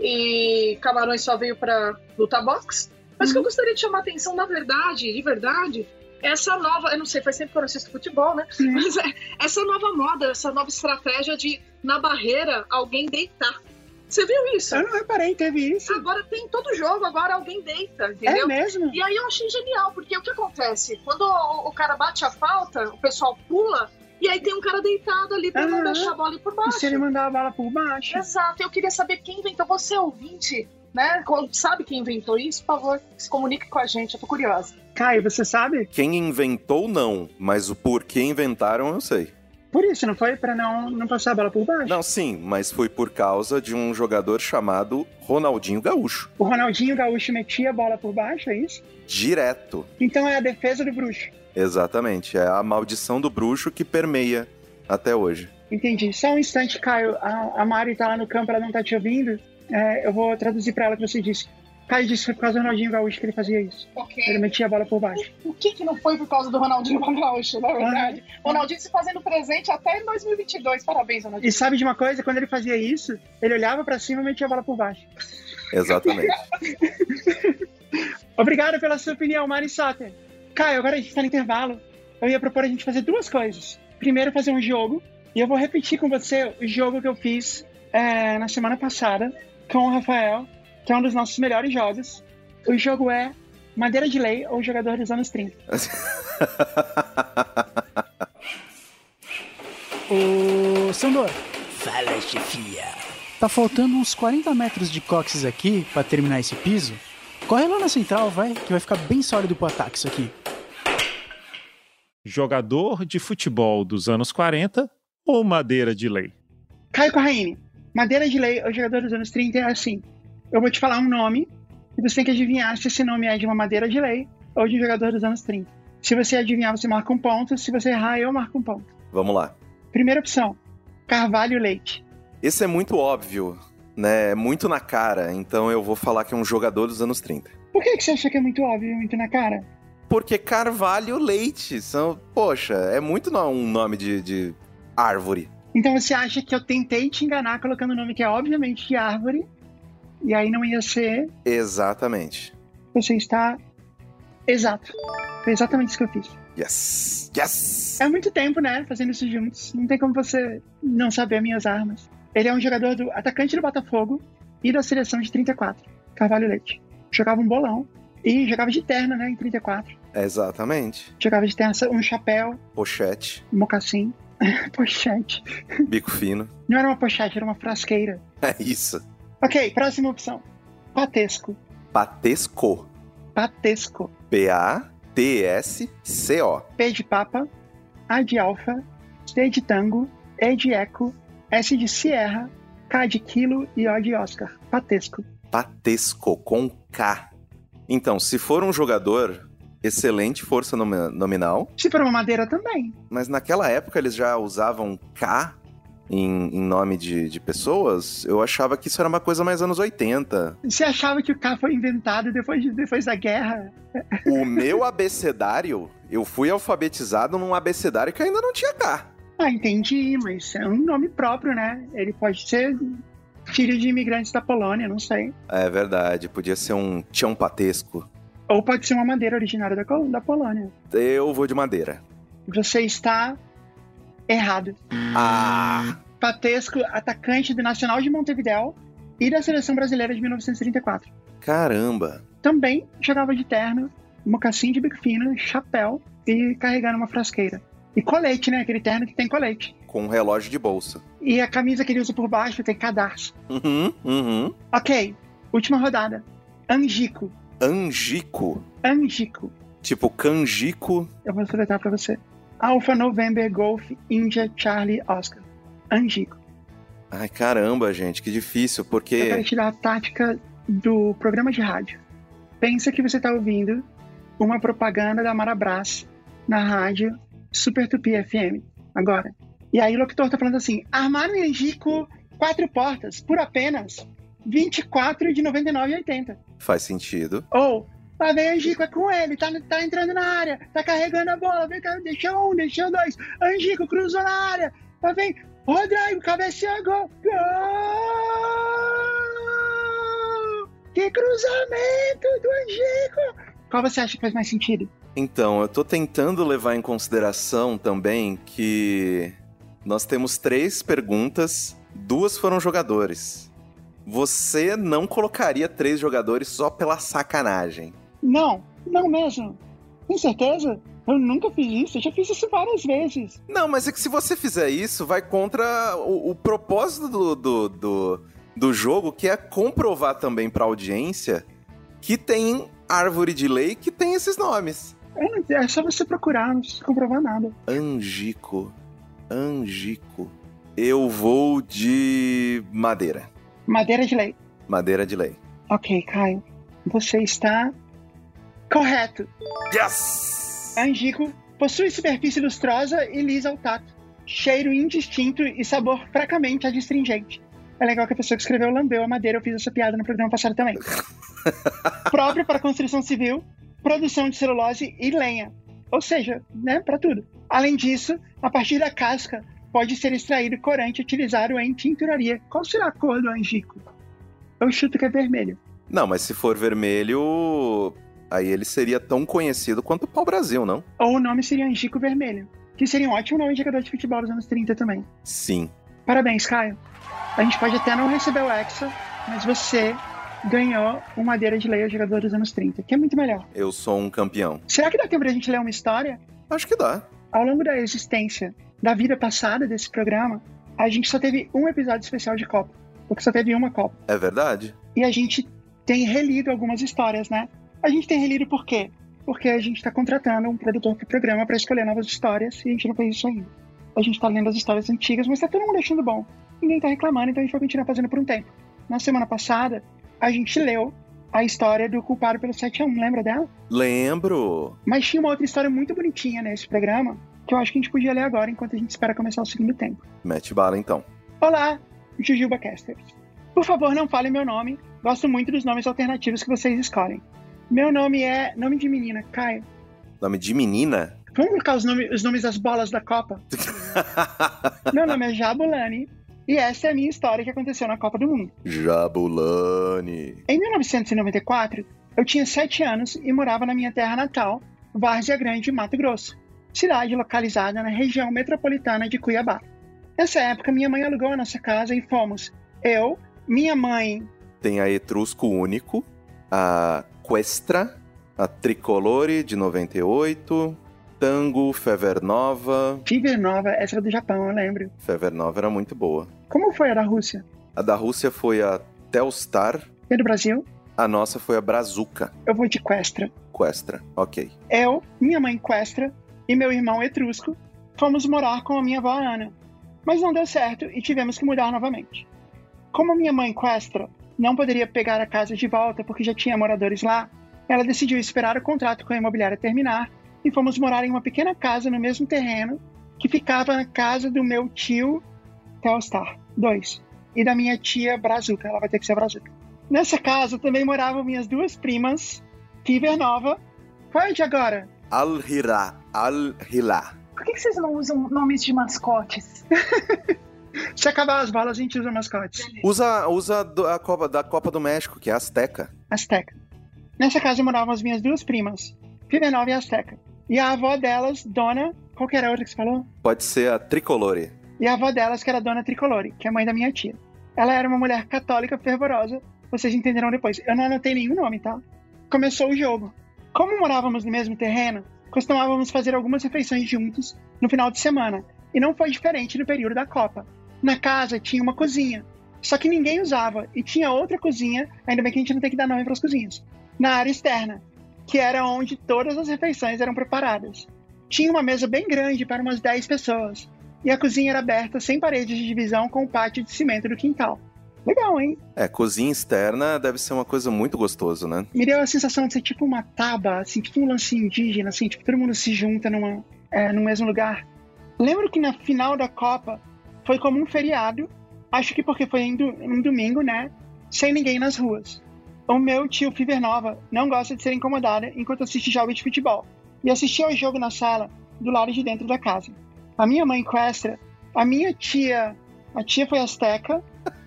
E Camarões só veio para lutar boxe. Mas o Uhum. que eu gostaria de chamar a atenção, na verdade, de verdade, é essa nova. Eu não sei, faz tempo que eu não assisto futebol, né? Sim. Mas é, essa nova moda, essa nova estratégia de, na barreira, alguém deitar. Você viu isso? Eu não reparei, teve isso. Agora tem todo jogo, agora alguém deita, entendeu? É mesmo? E aí eu achei genial, porque o que acontece? Quando o, o cara bate a falta, o pessoal pula, e aí tem um cara deitado ali pra não Aham. deixar a bola ir por E baixo. se ele mandar a bala por baixo? Exato, eu queria saber quem inventou, você ouvinte, né? Qual- Sabe quem inventou isso? Por favor, se comunique com a gente, eu tô curiosa. Caio, você sabe? Quem inventou, não, mas o porquê inventaram, eu sei. Por isso, não foi? Pra não, não passar a bola por baixo? Não, sim, mas foi por causa de um jogador chamado Ronaldinho Gaúcho. O Ronaldinho Gaúcho metia a bola por baixo, é isso? Direto. Então é a defesa do bruxo. Exatamente. É a maldição do bruxo que permeia até hoje. Entendi. Só um instante, Caio. A, a Mari tá lá no campo, ela não tá te ouvindo. É, eu vou traduzir pra ela o que você disse. Caio disse que foi por causa do Ronaldinho Gaúcho que ele fazia isso. Ele Ok. metia a bola por baixo. O que que não foi por causa do Ronaldinho Gaúcho, na verdade? Ronaldinho se fazendo presente até em 2022. Parabéns, Ronaldinho. E sabe de uma coisa? Quando ele fazia isso, ele olhava pra cima e metia a bola por baixo. Exatamente. Obrigado pela sua opinião, Mari Soter. Caio, agora a gente tá no intervalo. Eu ia propor a gente fazer duas coisas. Primeiro, fazer um jogo. E eu vou repetir com você o jogo que eu fiz eh, na semana passada com o Rafael, que é um dos nossos melhores jogos. O jogo é Madeira de Lei ou Jogador dos Anos 30. Ô, Sandor, Fala, chefia. tá faltando uns 40 metros de coxes aqui pra terminar esse piso. Corre lá na central, vai, que vai ficar bem sólido pro ataque isso aqui. jogador de futebol dos anos 40 ou madeira de lei? Caio Corraine, Madeira de Lei ou Jogador dos Anos 30 é assim. Eu vou te falar um nome e você tem que adivinhar se esse nome é de uma Madeira de Lei ou de um Jogador dos Anos 30. Se você adivinhar, você marca um ponto. Se você errar, eu marco um ponto. Vamos lá. Primeira opção, Carvalho Leite. Esse é muito óbvio, né? É muito na cara, então eu vou falar que é um jogador dos anos 30. Por que, que você acha que é muito óbvio e muito na cara? Porque Carvalho Leite são. Poxa, é muito no- um nome de, de árvore. Então você acha que eu tentei te enganar colocando um nome que é obviamente de árvore, e aí não ia ser, Exatamente. você está exato. Foi exatamente isso que eu fiz. Yes! Yes! É muito tempo, né, fazendo isso juntos. Não tem como você não saber minhas armas. Ele é um jogador do atacante do Botafogo e da seleção de 34, Carvalho Leite. Jogava um bolão e jogava de terno, né, em 34. Exatamente. Jogava de terno, um chapéu, Pochete, um mocassim, pochete. bico fino. Não era uma pochete, era uma frasqueira. É isso. Ok, próxima opção. Patesco. Patesco. Patesco. P-A-T-S-C-O. P de Papa, A de Alfa, T de Tango, E de Eco, S de Sierra, K de Kilo e O de Oscar. Patesco. Patesco, com K. Então, se for um jogador, excelente força nome- nominal, Se for Tipo, uma madeira também. mas naquela época eles já usavam K em, em nome de, de pessoas, eu achava que isso era uma coisa mais anos 80. Você achava que o K foi inventado depois, de- depois da guerra? O meu abecedário, eu fui alfabetizado num abecedário que ainda não tinha K. Ah, entendi, mas é um nome próprio, né? Ele pode ser filho de imigrantes da Polônia, não sei. É verdade, podia ser um tchão patesco. Ou pode ser uma madeira originária da, Col- da Polônia. Eu vou de madeira. Você está errado. Ah! Patesco, atacante do Nacional de Montevidéu e da Seleção Brasileira de 1934. Caramba! Também jogava de terno, mocassim de bico fino, chapéu e carregando uma frasqueira. E colete, né? Aquele terno que tem colete. com um relógio de bolsa. E a camisa que ele usa por baixo tem cadarço. Uhum, uhum. Ok, última rodada. Angico. Angico. Angico. Tipo canjico. Eu vou soletrar pra você. Alpha, November, Golf, India, Charlie, Oscar. Angico. Ai, caramba, gente, que Eu difícil, quero porque. te dar a tática do programa de rádio. Pensa que você tá ouvindo uma propaganda da Marabras na rádio Super Tupi FM, agora. E aí o locutor tá falando assim, armário Angico, quatro portas, por apenas 24 de 99,80. Faz sentido. Ou, lá vem Angico, é com ele, tá, tá entrando na área, tá carregando a bola, vem cá, deixou um, deixou dois, Angico cruzou na área, lá vem Rodrigo, cabeceou, gol, gol! Que cruzamento do Angico! Qual você acha que faz mais sentido? Então, eu tô tentando levar em consideração também que nós temos três perguntas, duas foram jogadores. Você não colocaria três jogadores só pela sacanagem. Não, não mesmo. Com certeza? Eu nunca fiz isso, eu já fiz isso várias vezes. Não, mas é que se você fizer isso, vai contra o, o propósito do, do, do, do jogo, que é comprovar também pra audiência que tem árvore de lei que tem esses nomes. Eu não- É só você procurar, não precisa comprovar nada. Angico. Angico. Eu vou de madeira. Madeira de lei. Madeira de lei. Ok, Caio. Você está correto. Yes! Angico Tá possui superfície lustrosa e lisa ao tato, cheiro indistinto e sabor fracamente adstringente. É legal que a pessoa que escreveu lambeu a madeira, eu fiz essa piada no programa passado também. Próprio para construção civil, produção de celulose e lenha. Ou seja, né, para tudo. Além disso, a partir da casca, pode ser extraído corante utilizado em tinturaria. Qual será a cor do angico? Eu chuto que é vermelho. Não, mas se for vermelho, aí ele seria tão conhecido quanto o pau-brasil, não? Ou o nome seria angico vermelho, que seria um ótimo nome de jogador de futebol dos anos 30 também. Sim. Parabéns, Caio. A gente pode até não receber o Hexa, mas você ganhou um Madeira de Lei ao jogador dos anos 30, que é muito melhor. Eu sou um campeão. Será que dá tempo pra gente ler uma história? Acho que dá. Ao longo da existência, da vida passada desse programa, a gente só teve um episódio especial de Copa, porque só teve uma Copa. É verdade? E a gente tem relido algumas histórias, né? A gente tem relido por quê? Porque a gente tá contratando um produtor pro programa pra escolher novas histórias e a gente não fez isso ainda. A gente tá lendo as histórias antigas, mas tá todo mundo achando bom. Ninguém tá reclamando, então a gente vai continuar fazendo por um tempo. Na semana passada, a gente leu a história do culpado pelo 7x1, lembra dela? Lembro. Mas tinha uma outra história muito bonitinha nesse programa que eu acho que a gente podia ler agora enquanto a gente espera começar o segundo tempo. Mete bala então. Olá, Jujuba Casters. Por favor, não falem meu nome. Gosto muito dos nomes alternativos que vocês escolhem. Meu nome é. Nome de menina, Caio. Nome de menina? Vamos colocar os, nome- os nomes das bolas da Copa? Meu nome é Jabulani e essa é a minha história que aconteceu na Copa do Mundo. Jabulani. Em 1994, eu tinha 7 anos e morava na minha terra natal, Várzea Grande, Mato Grosso, cidade localizada na região metropolitana de Cuiabá. Nessa época, minha mãe alugou a nossa casa e fomos eu, minha mãe, Tem a Etrusco Único, a Questra, a Tricolore de 98, Tango, Fever Nova. Fever Nova, essa era é do Japão, eu lembro. Fever Nova era muito boa. Como foi a da Rússia? A da Rússia foi a Telstar, E a do Brasil? a nossa foi a Brazuca. Eu vou de Questra. Questra, ok. Eu, minha mãe Questra e meu irmão Etrusco fomos morar com a minha avó Ana. Mas não deu certo e tivemos que mudar novamente. Como minha mãe Questra não poderia pegar a casa de volta porque já tinha moradores lá, ela decidiu esperar o contrato com a imobiliária terminar e fomos morar em uma pequena casa no mesmo terreno que ficava na casa do meu tio Telstar 2 e da minha tia Brazuca. Ela vai ter que ser Brazuca. Nessa casa também moravam minhas duas primas, Fiver Nova. Qual é de agora? Al-Hira, Al-Hila. Por que, que vocês não usam nomes de mascotes? Se acabar as balas, a gente usa mascotes. Usa, usa do- a Copa, da Copa do México, que é a Azteca. Azteca. Nessa casa moravam as minhas duas primas, Pimenova e Azteca. E a avó delas, Dona. Qual que era a outra que você falou? Pode ser a Tricolore. E a avó delas, que era Dona Tricolore, que é a mãe da minha tia. Ela era uma mulher católica fervorosa, vocês entenderão depois. Eu não anotei nenhum nome, tá? Começou o jogo. Como morávamos no mesmo terreno, costumávamos fazer algumas refeições juntos no final de semana, E não foi diferente no período da Copa. Na casa tinha uma cozinha, só que ninguém usava, e tinha outra cozinha, ainda bem que a gente não tem que dar nome para as cozinhas, na área externa, que era onde todas as refeições eram preparadas. Tinha uma mesa bem grande para umas 10 pessoas, e a cozinha era aberta sem paredes de divisão com o pátio de cimento do quintal. Legal, hein? É, cozinha externa deve ser uma coisa muito gostoso, né? me deu a sensação de ser tipo uma taba, assim, tipo um lance indígena, assim, tipo, todo mundo se junta numa, é, no mesmo lugar. Lembro que na final da Copa foi como um feriado, acho que porque foi em do- um domingo, né? Sem ninguém nas ruas. O meu tio Fivernova não gosta de ser incomodado enquanto assiste jogos de futebol. E assistia ao jogo na sala, do lado de dentro da casa. A minha mãe Questra, a minha tia, a tia foi asteca,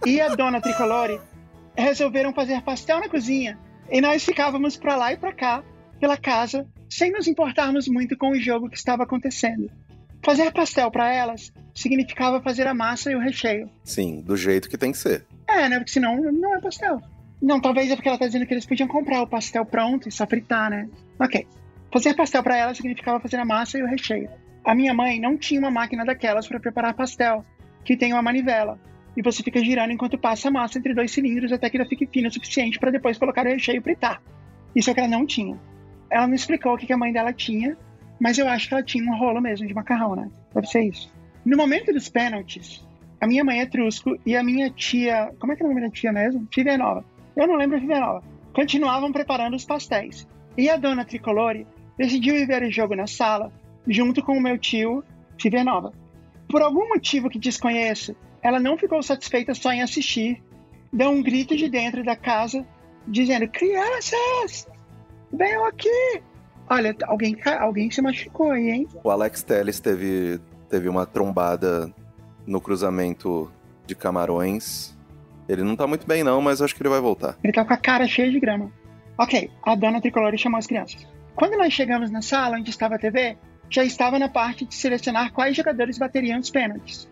e a dona Tricolore resolveram fazer pastel na cozinha. E nós ficávamos pra lá e pra cá, pela casa, sem nos importarmos muito com o jogo que estava acontecendo. Fazer pastel pra elas significava fazer a massa e o recheio. Sim, do jeito que tem que ser. É, né? Porque senão não é pastel. Não, talvez é porque ela tá dizendo que eles podiam comprar o pastel pronto e só fritar, né? Ok. Fazer pastel pra ela significava fazer a massa e o recheio. A minha mãe não tinha uma máquina daquelas para preparar pastel, que tem uma manivela. E você fica girando enquanto passa a massa entre dois cilindros até que ela fique fina o suficiente para depois colocar o recheio e fritar. Isso é o que ela não tinha. Ela não explicou o que que a mãe dela tinha, mas eu acho que ela tinha um rolo mesmo de macarrão, né? Deve ser isso. No momento dos pênaltis, a minha mãe é Trusco e a minha tia. Como é que é o nome da tia mesmo? Fivernova. Eu não lembro a Fivernova. Continuavam preparando os pastéis. E a dona Tricolore decidiu ir ver o jogo na sala, junto com o meu tio, Fivernova. Por algum motivo que desconheço, ela não ficou satisfeita só em assistir. Deu um grito de dentro da casa, dizendo: Crianças! Venham aqui! Olha, alguém, ca- alguém se machucou aí, hein? O Alex Telles teve, teve uma trombada no cruzamento de Camarões. Ele não tá muito bem, não, mas acho que ele vai voltar. Ele tá com a cara cheia de grama. Ok, a dona tricolor chamou as crianças. Quando nós chegamos na sala onde estava a TV, já estava na parte de selecionar quais jogadores bateriam os pênaltis.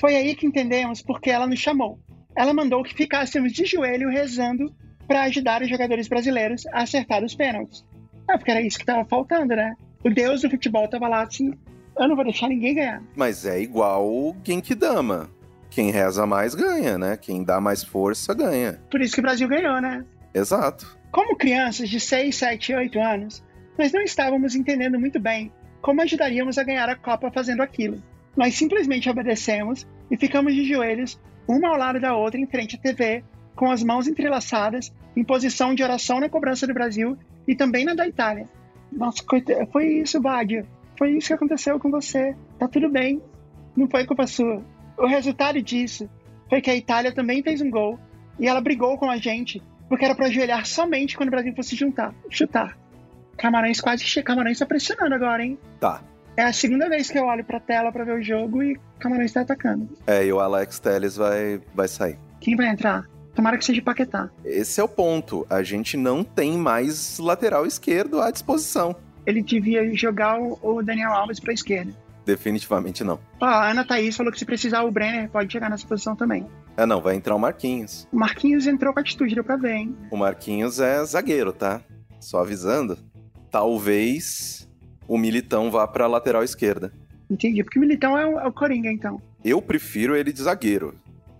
Foi aí que entendemos por que ela nos chamou. Ela mandou que ficássemos de joelho rezando para ajudar os jogadores brasileiros a acertar os pênaltis. É porque era isso que estava faltando, né? O deus do futebol estava lá assim: eu não vou deixar ninguém ganhar. Mas é igual o Genkidama. Quem reza mais ganha, né? Quem dá mais força ganha. Por isso que o Brasil ganhou, né? Exato. Como crianças de 6, 7, 8 anos, nós não estávamos entendendo muito bem como ajudaríamos a ganhar a Copa fazendo aquilo. Nós simplesmente obedecemos e ficamos de joelhos, uma ao lado da outra, em frente à TV, com as mãos entrelaçadas, em posição de oração na cobrança do Brasil e também na da Itália. Nossa, coita... foi isso, Badio. Foi isso que aconteceu com você. Tá tudo bem. Não foi culpa sua. O resultado disso foi que a Itália também fez um gol e ela brigou com a gente porque era pra ajoelhar somente quando o Brasil fosse juntar, chutar. Camarões quase che... Camarões tá pressionando agora, hein? Tá. É a segunda vez que eu olho pra tela pra ver o jogo e Camarões tá atacando. É, e o Alex Telles vai, vai sair. Quem vai entrar? Tomara que seja Paquetá. Esse é o ponto. A gente não tem mais lateral esquerdo à disposição. Ele devia jogar o o Daniel Alves pra esquerda. Definitivamente não. Ó, a Ana Thaís falou que se precisar o Brenner pode chegar nessa posição também. É, não, vai entrar o Marquinhos. O Marquinhos entrou com atitude, deu pra ver, hein? O Marquinhos é zagueiro, tá? Só avisando. Talvez o Militão vá pra lateral esquerda. Entendi, porque o Militão é o, é o Coringa, então. Eu prefiro ele de zagueiro,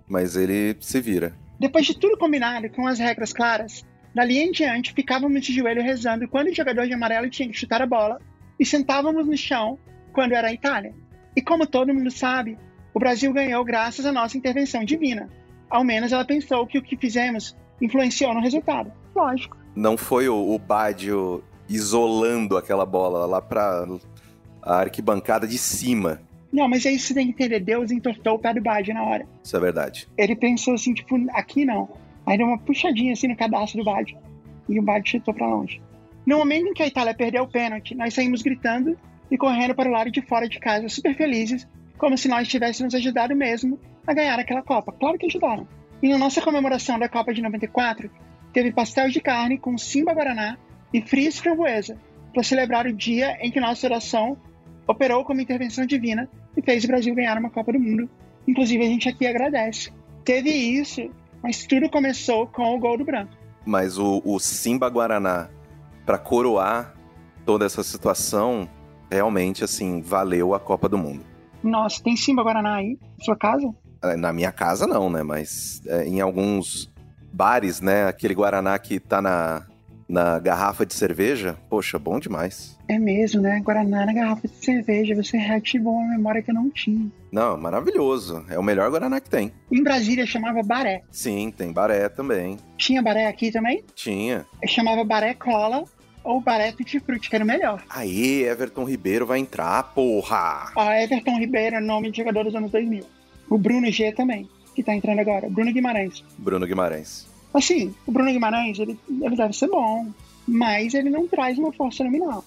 mas ele se vira. Depois de tudo combinado, com as regras claras, dali em diante ficávamos de joelho rezando quando o jogador de amarelo tinha que chutar a bola e sentávamos no chão quando era a Itália. E como todo mundo sabe, o Brasil ganhou graças à nossa intervenção divina. Ao menos ela pensou que o que fizemos influenciou no resultado. Lógico. Não foi o, o Badio isolando aquela bola lá pra a arquibancada de cima. Não, mas é isso que você tem que entender. Deus entortou o pé do Bad na hora. Isso é verdade. Ele pensou assim, tipo, aqui não. Aí deu uma puxadinha assim no cadastro do Bad. E o Bad chutou pra longe. No momento em que a Itália perdeu o pênalti, nós saímos gritando e correndo para o lado de fora de casa, super felizes, como se nós tivéssemos ajudado mesmo a ganhar aquela Copa. Claro que ajudaram. E na nossa comemoração da Copa de 94, teve pastel de carne com Simba Guaraná e Fris Framboesa, para celebrar o dia em que nossa oração operou como intervenção divina e fez o Brasil ganhar uma Copa do Mundo. Inclusive, a gente aqui agradece teve isso, mas tudo começou com o gol do branco. Mas o, o Simba Guaraná, pra coroar toda essa situação, realmente, assim, valeu a Copa do Mundo. Nossa, tem Simba Guaraná aí? Na sua casa? É, Na minha casa não, né? Mas é, em alguns bares, né? Aquele Guaraná que tá na, na garrafa de cerveja. Poxa, bom demais. É mesmo, né? Guaraná na garrafa de cerveja. Você reativou uma memória que eu não tinha. Não, maravilhoso. É o melhor Guaraná que tem. Em Brasília chamava baré. Sim, tem baré também. Tinha baré aqui também? Tinha. Eu chamava baré cola ou baré tutti frutti, que era o melhor. Aí, Everton Ribeiro vai entrar, porra! Ó, Everton Ribeiro é nome de jogador dos anos 2000. O Bruno G também, que tá entrando agora. Bruno Guimarães. Bruno Guimarães. Assim, o Bruno Guimarães, ele, ele deve ser bom, mas ele não traz uma força nominal.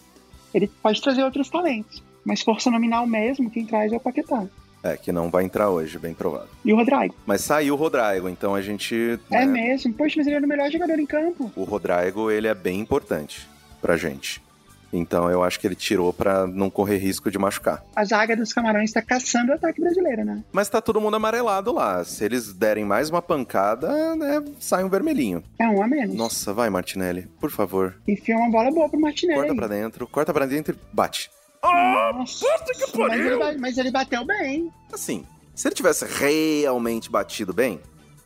Ele pode trazer outros talentos, mas força nominal mesmo, quem traz é o Paquetá É, que não vai entrar hoje, bem provável. e o Rodrigo. Mas saiu o Rodrigo, então a gente. É. né, mesmo, poxa, mas ele era o melhor jogador em campo. O Rodrigo, ele é bem importante pra gente. Então eu acho que ele tirou pra não correr risco de machucar. A zaga dos Camarões tá caçando o ataque brasileiro, né? Mas tá todo mundo amarelado lá. Se eles derem mais uma pancada, né, sai um vermelhinho. É um a menos. Nossa, vai, Martinelli, por favor. Enfia uma bola boa pro Martinelli. Corta pra dentro, corta pra dentro e bate. Nossa, mas, ele, ba- mas ele bateu bem. Assim, se ele tivesse realmente batido bem,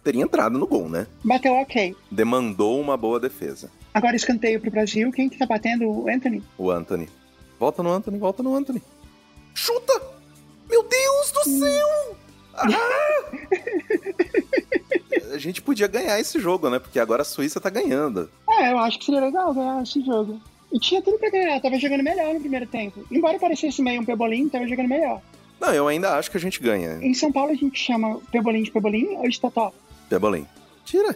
teria entrado no gol, né? Bateu ok. Demandou uma boa defesa. Agora escanteio pro Brasil. Quem que tá batendo? O Anthony? O Anthony. Volta no Anthony, volta no Anthony. Chuta! Meu Deus do céu! Ah! A gente podia ganhar esse jogo, né? Porque agora a Suíça tá ganhando. É, eu acho que seria legal ganhar esse jogo. E tinha tudo pra ganhar, tava jogando melhor no primeiro tempo. Embora parecesse meio um pebolim, tava jogando melhor. Não, eu ainda acho que a gente ganha. Em São Paulo a gente chama pebolim de pebolim tá ou de totó. Pebolim. Tira.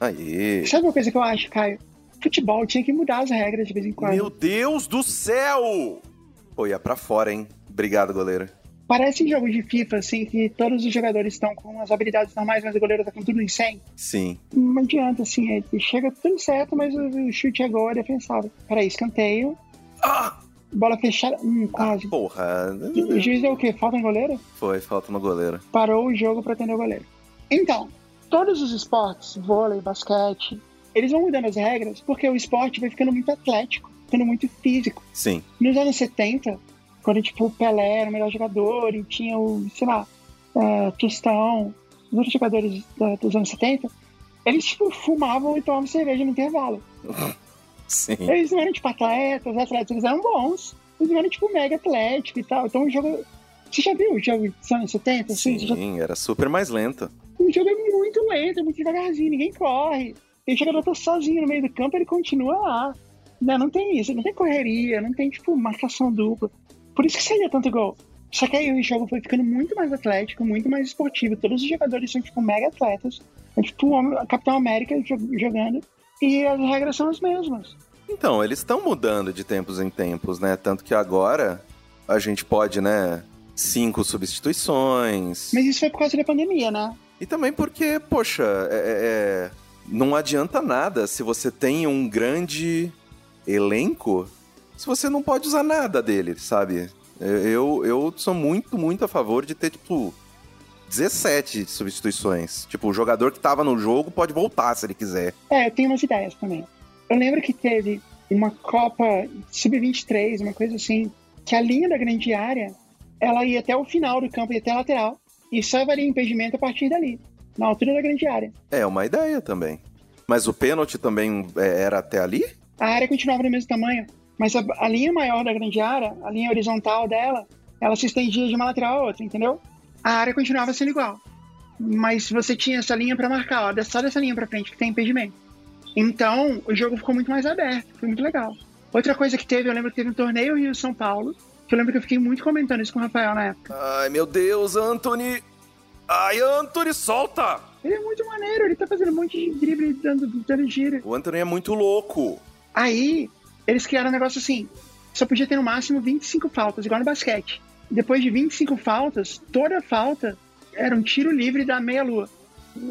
Aí. Sabe uma coisa que eu acho, Caio? Futebol tinha que mudar as regras de vez em quando. Meu Deus do céu! Pô, ia pra fora, hein? Obrigado, goleiro. Parece em jogo de FIFA, assim, que todos os jogadores estão com as habilidades normais, mas o goleiro tá com tudo em 100. Sim. Não adianta, assim, ele chega tudo certo, mas o o chute é gol, é defensável. Peraí, escanteio. Ah! Bola fechada. Hum, Ah, quase. porra. O juiz deu o quê? Falta no goleiro? Foi, falta no goleiro. Parou o jogo pra atender o goleiro. Então, todos os esportes, vôlei, basquete, eles vão mudando as regras porque o esporte vai ficando muito atlético, ficando muito físico. Sim. Nos anos 70, quando tipo, o Pelé era o melhor jogador e tinha o, sei lá, é, Tostão, os outros jogadores da- dos anos 70, eles tipo, fumavam e tomavam cerveja no intervalo. Sim. Eles não eram tipo atletas, atletas, eles eram bons. Eles não eram tipo mega atlético e tal. Então o jogo. Você já viu o jogo dos anos 70? Assim, Você já Sim, era super mais lento. o jogo é muito lento, é muito devagarzinho, ninguém corre. E o jogador tá sozinho no meio do campo, ele continua lá. Não, não tem isso, não tem correria, não tem, tipo, marcação dupla. Por isso que saía tanto gol. Só que aí o jogo foi ficando muito mais atlético, muito mais esportivo. Todos os jogadores são, tipo, mega atletas. É tipo o homem- o Capitão América jo- jogando. E as regras são as mesmas. Então, eles estão mudando de tempos em tempos, né? Tanto que agora a gente pode, né? Cinco substituições. Mas isso foi por causa da pandemia, né? E também porque, poxa, é- é- é, não adianta nada se você tem um grande elenco se você não pode usar nada dele, sabe? Eu, eu sou muito, muito a favor de ter, tipo, 17 substituições. Tipo, o jogador que tava no jogo pode voltar se ele quiser. É, eu tenho umas ideias também. Eu lembro que teve uma Copa Sub-23, uma coisa assim, que a linha da grande área, ela ia até o final do campo, ia até a lateral, e só varia impedimento a partir dali, na altura da grande área. É uma ideia também. Mas o pênalti também é, era até ali? A área continuava do mesmo tamanho, mas a, a linha maior da grande área, a linha horizontal dela, ela se estendia de uma lateral a outra, entendeu? A área continuava sendo igual. Mas você tinha essa linha pra marcar, ó, só dessa linha pra frente que tem impedimento. Então, o jogo ficou muito mais aberto, foi muito legal. Outra coisa que teve, eu lembro que teve um torneio Rio-São Paulo, que eu lembro que eu fiquei muito comentando isso com o Rafael na época. Ai, meu Deus, Anthony! Ai, Anthony, solta! Ele é muito maneiro, ele tá fazendo um monte de drible dando, dando giro. O Anthony é muito louco. Aí, eles criaram um negócio assim: só podia ter no máximo 25 faltas, igual no basquete. Depois de 25 faltas, toda falta era um tiro livre da meia-lua.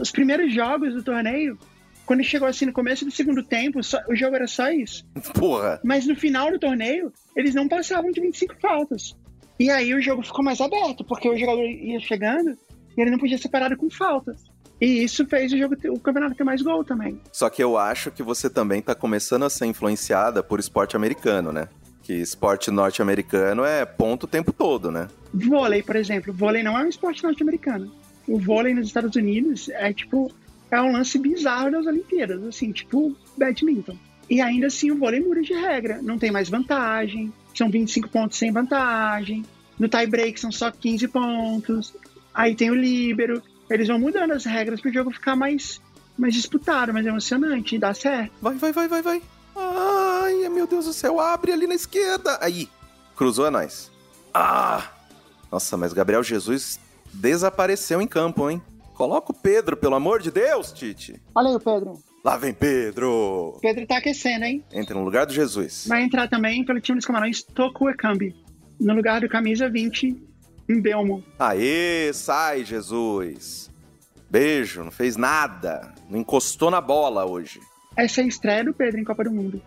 Os primeiros jogos do torneio, quando chegou assim no começo do segundo tempo, só- o jogo era só isso. Porra. Mas no final do torneio, eles não passavam de 25 faltas. E aí o jogo ficou mais aberto, porque o jogador ia chegando e ele não podia ser parado com faltas. E isso fez o, jogo, ter- o campeonato ter mais gol também. Só que eu acho que você também tá começando a ser influenciada por esporte americano, né? Que esporte norte-americano é ponto o tempo todo, né? Vôlei, por exemplo. Vôlei não é um esporte norte-americano. O vôlei nos Estados Unidos é tipo. É um lance bizarro das Olimpíadas, assim, tipo badminton. E ainda assim o vôlei muda de regra. Não tem mais vantagem. São 25 pontos sem vantagem. No tie break são só 15 pontos. Aí tem o líbero. Eles vão mudando as regras pro jogo ficar mais, mais disputado, mais emocionante e dá certo. Vai, vai, vai, vai, vai. Ai, meu Deus do céu, abre ali na esquerda. Aí, cruzou a nós. Ah! Nossa, mas Gabriel Jesus desapareceu em campo, hein? Coloca o Pedro, pelo amor de Deus, Tite. Olha aí o Pedro. Lá vem Pedro. O Pedro tá aquecendo, hein? Entra no lugar do Jesus. Vai entrar também pelo time dos Camarões Toku Ekambi. No lugar do camisa um 20, Belmo. Aê, sai, Jesus. Beijo, não fez nada. Não encostou na bola hoje. Essa é a estreia do Pedro em Copa do Mundo.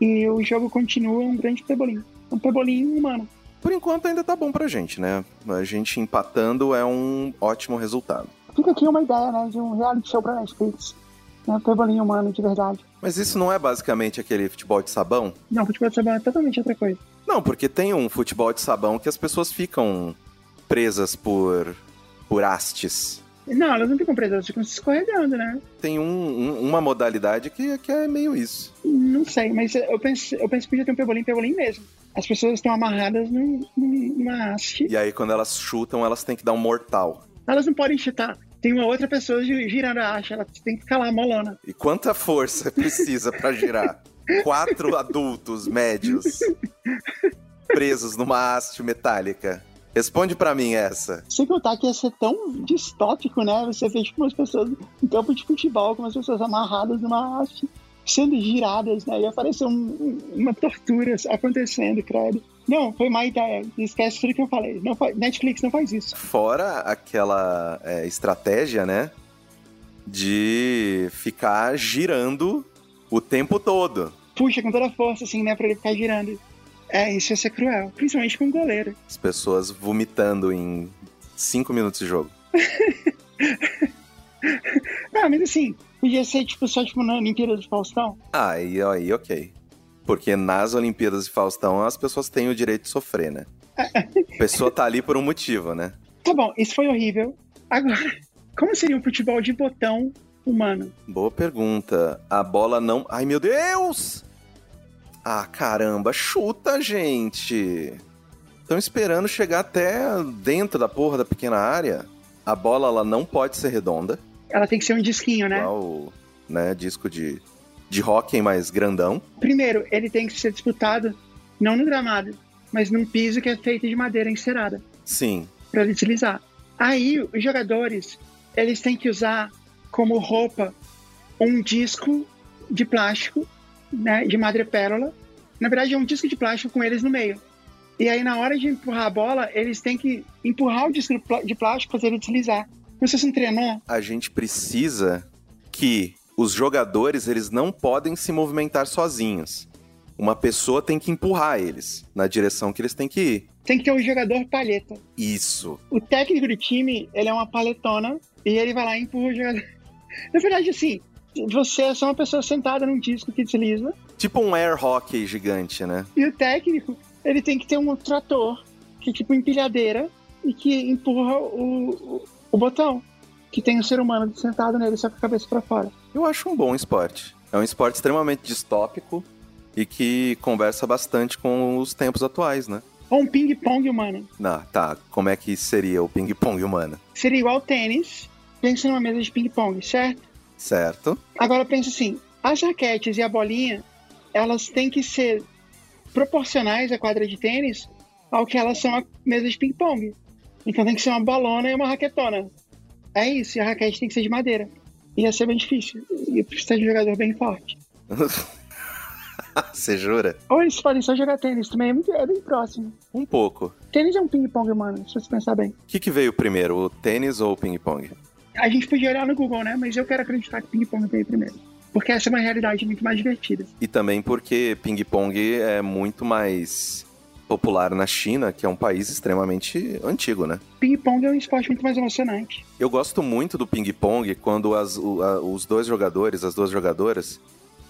E o jogo continua um grande pebolim. Um pebolim humano. Por enquanto ainda tá bom pra gente, né? A gente empatando é um ótimo resultado. Fica aqui uma ideia, né? De um reality show pra Netflix. É um pebolim humano, de verdade. Mas isso não é basicamente aquele futebol de sabão? Não, futebol de sabão é totalmente outra coisa. Não, porque tem um futebol de sabão que as pessoas ficam presas por, por hastes. Não, elas não ficam presas, elas ficam se escorregando, né? Tem um- um- uma modalidade que, que é meio isso. Não sei, mas eu penso, eu penso que podia ter um pebolim, pebolim mesmo. As pessoas estão amarradas num- num- numa haste. E aí, quando elas chutam, elas têm que dar um mortal. Elas não podem chutar. Tem uma outra pessoa gi- girando a haste, ela tem que ficar lá, molona. E quanta força precisa pra girar? Quatro adultos médios presos numa haste metálica. Responde pra mim essa. Sem contar que ia ser tão distópico, né? Você vê tipo umas pessoas em campo de futebol, com as pessoas amarradas numa haste, sendo giradas, né? Ia parecer um- um- uma tortura acontecendo, credo. Não, foi má ideia. Esquece tudo que eu falei. Não fa- Netflix não faz isso. Fora aquela é, estratégia, né? De ficar girando o tempo todo. Puxa com toda a força, assim, né? Pra ele ficar girando. É, isso ia ser cruel. Principalmente com o goleiro. As pessoas vomitando em cinco minutos de jogo. Ah, mas assim, podia ser tipo só tipo na Olimpíada do Faustão. Ah, e aí, ok. Porque nas Olimpíadas de Faustão as pessoas têm o direito de sofrer, né? A pessoa tá ali por um motivo, né? Tá bom, isso foi horrível. Agora, como seria um futebol de botão humano? Boa pergunta. A bola não. Ai, meu Deus! Ah, caramba, chuta, gente! Estão esperando chegar até dentro da porra da pequena área. A bola ela não pode ser redonda, Ela tem que ser um disquinho, né? igual né, disco de, de hóquei mais grandão. Primeiro, ele tem que ser disputado não no gramado, mas num piso que é feito de madeira encerada Sim, para deslizar. Aí, os jogadores, eles têm que usar como roupa um disco de plástico, né, de madrepérola. Na verdade, é um disco de plástico com eles no meio. E aí, na hora de empurrar a bola, eles têm que empurrar o disco de plá- de plástico, fazer ele deslizar. Como se fosse um trenó, a gente precisa que os jogadores eles não podem se movimentar sozinhos. Uma pessoa tem que empurrar eles na direção que eles têm que ir. tem que ter um jogador palheta. Isso. O técnico do time, ele é uma paletona e ele vai lá e empurra o jogador. Na verdade, assim, você é só uma pessoa sentada num disco que desliza Tipo um air hockey gigante, né? e o técnico, ele tem que ter um trator, que é tipo empilhadeira, e que empurra o, o, o botão, que tem um ser humano sentado nele só com a cabeça pra fora. Eu acho um bom esporte. É um esporte extremamente distópico e que conversa bastante com os tempos atuais, né? Ou um ping-pong humano. Ah, tá. Como é que seria o ping-pong humano? Seria igual tênis, pensa numa mesa de ping-pong, certo? Certo? Agora pensa assim, as raquetes e a bolinha, elas têm que ser proporcionais à quadra de tênis ao que elas são a mesa de ping-pong. Então tem que ser uma bolona e uma raquetona. É isso, e a raquete tem que ser de madeira. Ia ser bem difícil. E precisa de um jogador bem forte. Você jura? Ou eles podem só jogar tênis também, é, muito, é bem próximo. Um pouco. Tênis é um ping-pong, mano, se você pensar bem. O que, que veio primeiro, o tênis ou o ping-pong? A gente podia olhar no Google, né? Mas eu quero acreditar que ping-pong veio primeiro. Porque essa é uma realidade muito mais divertida. E também porque ping-pong é muito mais popular na China, que é um país extremamente antigo, né? Ping-pong é um esporte muito mais emocionante. Eu gosto muito do ping-pong quando as- o- a- os dois jogadores, as duas jogadoras,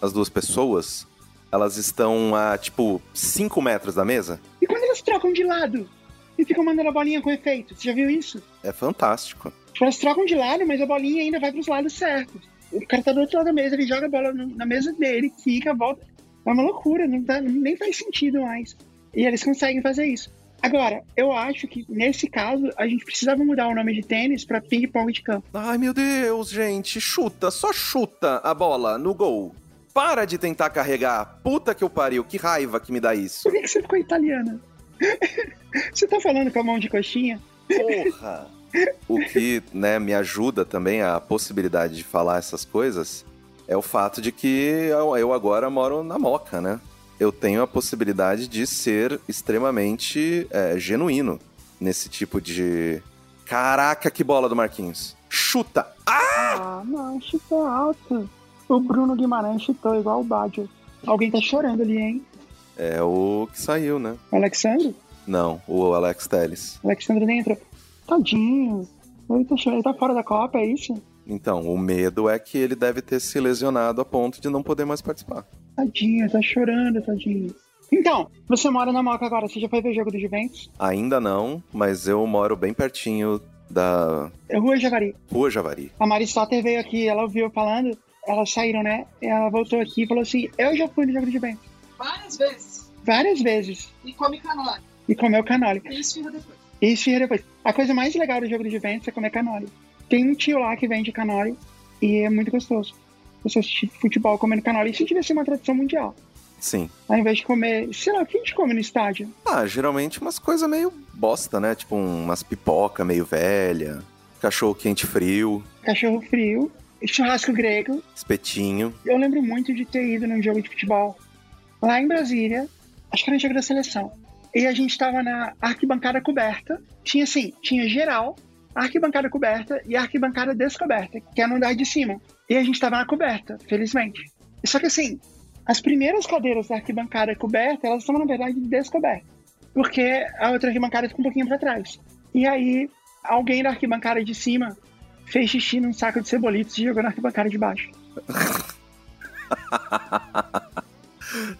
as duas pessoas, elas estão a, tipo, 5 metros da mesa. E quando elas trocam de lado? e ficam mandando a bolinha com efeito. Você já viu isso? É fantástico. Tipo, elas trocam de lado, mas a bolinha ainda vai pros lados certos. O cara tá do outro lado da mesa, ele joga a bola no- na mesa dele, quica, volta. É uma loucura, não dá- nem faz sentido mais. E eles conseguem fazer isso. Agora, eu acho que nesse caso, a gente precisava mudar o nome de tênis pra ping-pong de campo. Ai, meu Deus, gente, chuta, só chuta a bola no gol. Para de tentar carregar. Puta que eu pariu, que raiva que me dá isso. Por que, que você ficou italiana? você tá falando com a mão de coxinha? Porra! O que né, me ajuda também a possibilidade de falar essas coisas é o fato de que eu eu agora moro na Moca, né? Eu tenho a possibilidade de ser extremamente é, genuíno nesse tipo de. Caraca, que bola do Marquinhos! Chuta! Ah! Ah, não, chutou alto. O Bruno Guimarães chutou igual o Badio. Alguém tá chorando ali, hein? É o que saiu, né? O Alexandre? Não, o Alex Telles. O Alexandre nem entrou. Tadinho. Ele tá, chorando, ele tá fora da Copa, é isso? Então, o medo é que ele deve ter se lesionado a ponto de não poder mais participar. Tadinho, tá chorando, tadinho. Então, você mora na Moca agora, você já foi ver o jogo do Juventus? Ainda não, mas eu moro bem pertinho da É Rua Javari. Rua Javari. A Mari Soter veio aqui, ela ouviu eu falando, elas saíram, né? Ela voltou aqui e falou assim: Eu já fui no jogo do Juventus Várias vezes. várias vezes E come canola. e comeu canole. E isso fica depois. E esfirra depois. A coisa mais legal do jogo do Juventus é comer canole. Tem um tio lá que vende canole e é muito gostoso. Você assistir futebol comendo canole. Isso devia ser uma tradição mundial. Sim. Ao invés de comer, sei lá, o que a gente come no estádio? Ah, geralmente umas coisas meio bosta, né? Tipo umas pipoca meio velha, cachorro quente frio, cachorro frio, churrasco grego. espetinho. Eu lembro muito de ter ido num jogo de futebol lá em Brasília, acho que era um jogo da seleção. E a gente tava na arquibancada coberta. Tinha assim, tinha geral, arquibancada coberta e arquibancada descoberta, que é no andar de cima. E a gente tava na coberta, felizmente. Só que assim, as primeiras cadeiras da arquibancada coberta, elas estavam na verdade descobertas, porque a outra arquibancada ficou um pouquinho pra trás. E aí, alguém da arquibancada de cima fez xixi num saco de cebolitos e jogou na arquibancada de baixo.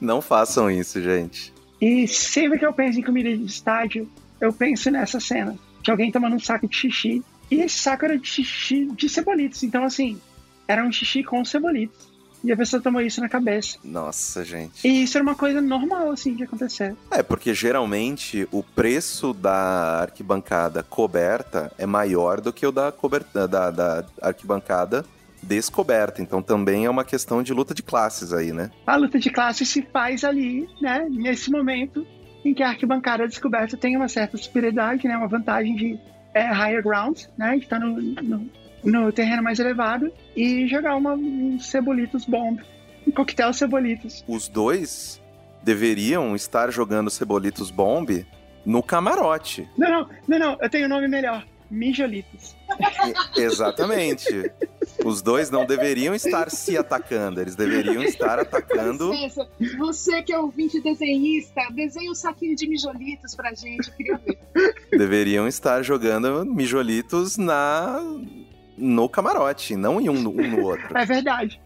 Não façam isso, gente. E sempre que eu penso em comida de estádio, eu penso nessa cena. De alguém tomando um saco de xixi. E esse saco era de xixi de cebolitos. Então, assim, era um xixi com cebolitos. E a pessoa tomou isso na cabeça. Nossa, gente. E isso era uma coisa normal, assim, de acontecer. É, porque geralmente o preço da arquibancada coberta é maior do que o da, coberta, da, da arquibancada descoberta. Então também é uma questão de luta de classes aí, né? A luta de classe se faz ali, né? Nesse momento em que a arquibancada descoberta tem uma certa superioridade, né? Uma vantagem de é, higher ground, né? De estar no, no, no terreno mais elevado e jogar uma, um cebolitos bomb, um coquetel cebolitos. os dois deveriam estar jogando Cebolitos Bomb no camarote. Não, não, não, não, eu tenho um nome melhor. Mijolitos. E- Exatamente. Os dois não deveriam estar se atacando, eles deveriam estar atacando. Licença, você que é ouvinte desenhista, desenha um saquinho de mijolitos pra gente, eu queria ver. Deveriam estar jogando mijolitos na no camarote, não em um, no- um no outro. É verdade.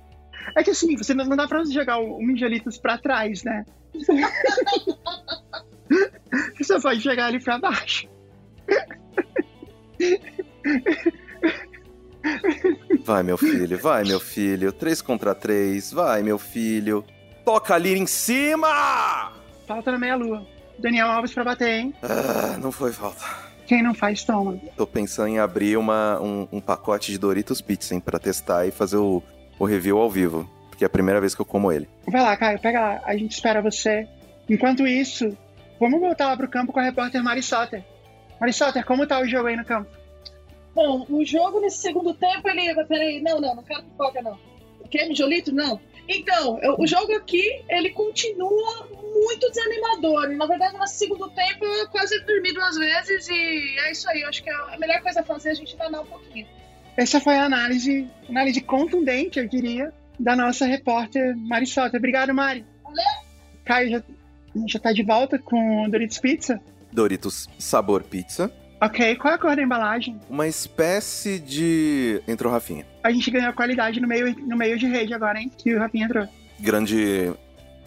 É que assim, você não, não dá pra você jogar o, o Mijolitos pra trás, né? você só pode jogar ele pra baixo. Vai, meu filho, vai, meu filho. Três contra três, vai, meu filho. Toca a lira em cima! Falta na meia-lua. Daniel Alves pra bater, hein? Ah, não foi falta. Quem não faz, toma. Tô pensando em abrir uma, um, um pacote de Doritos Pizza, hein, pra testar e fazer o, o review ao vivo. Porque é a primeira vez que eu como ele. Vai lá, Caio, pega lá. A gente espera você. Enquanto isso, vamos voltar lá pro campo com a repórter Mari Soter. Mari Soter, como tá o jogo aí no campo? Bom, o jogo nesse segundo tempo, ele. Peraí, não, não, não quero pipoca, não. Quer mijolito? Não. Então, eu- o jogo aqui, ele continua muito desanimador. Na verdade, no segundo tempo, eu quase dormi duas vezes e é isso aí. Eu acho que a melhor coisa a fazer é a gente danar um pouquinho. Essa foi a análise, análise contundente, eu diria, da nossa repórter Mari Soter. Obrigado, Mari. Valeu. Caio já, já tá de volta com o Doritos Pizza. Doritos Sabor Pizza. Ok, qual é a cor da embalagem? Uma espécie de. Entrou Rafinha. A gente ganhou qualidade no meio, no meio de rede agora, hein? Que o Rafinha entrou. Grande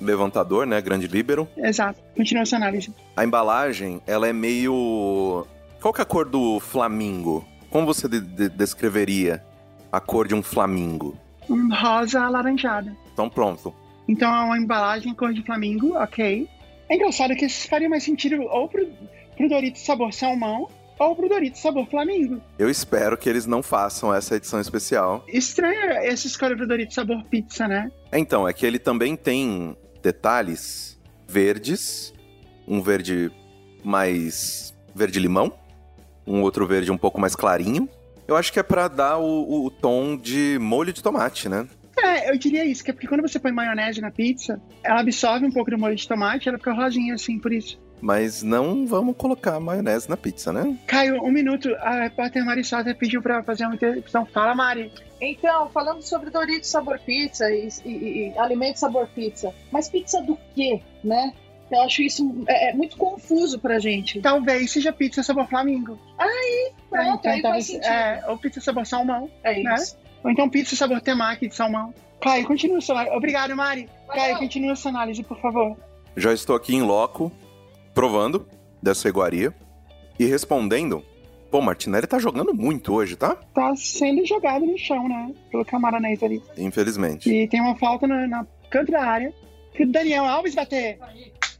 levantador, né? Grande líbero. Exato. Continua essa análise. A embalagem, ela é meio. Qual que é a cor do flamingo? Como você de- de- descreveria a cor de um flamingo? Um rosa alaranjado. Então pronto. Então é uma embalagem em cor de flamingo, ok. É engraçado que isso faria mais sentido ou pro, pro Doritos sabor salmão ou pro Doritos sabor flamingo. Eu espero que eles não façam essa edição especial. Estranho essa escolha pro Doritos sabor pizza, né? Então, é que ele também tem detalhes verdes, um verde mais verde limão, um outro verde um pouco mais clarinho. Eu acho que é pra dar o, o- o tom de molho de tomate, né? É, eu diria isso, que é porque quando você põe maionese na pizza, ela absorve um pouco do molho de tomate, ela fica rosinha assim, por isso. Mas não vamos colocar maionese na pizza, né? Caio, um minuto, a repórter Mari Sota pediu pra fazer uma interrupção. Fala, Mari. Então, falando sobre Doritos sabor pizza e, e- e alimento sabor pizza, mas pizza do quê, né? Eu acho isso é, é muito confuso pra gente. Talvez seja pizza sabor flamingo. Pronto, Então, aí faz talvez- sentido. É, é, ou pizza sabor salmão. né? isso. Ou então pizza sabor temaki de salmão. Caio, continua sua análise. Obrigado, Mari. Caio, não. continua sua análise, por favor. Já estou aqui em loco, provando dessa iguaria e respondendo. Pô, Martinelli tá jogando muito hoje, tá? Tá sendo jogado no chão, né? Pelo camaronês ali. Infelizmente. E tem uma falta no, na canto da área. Que o Daniel Alves bater.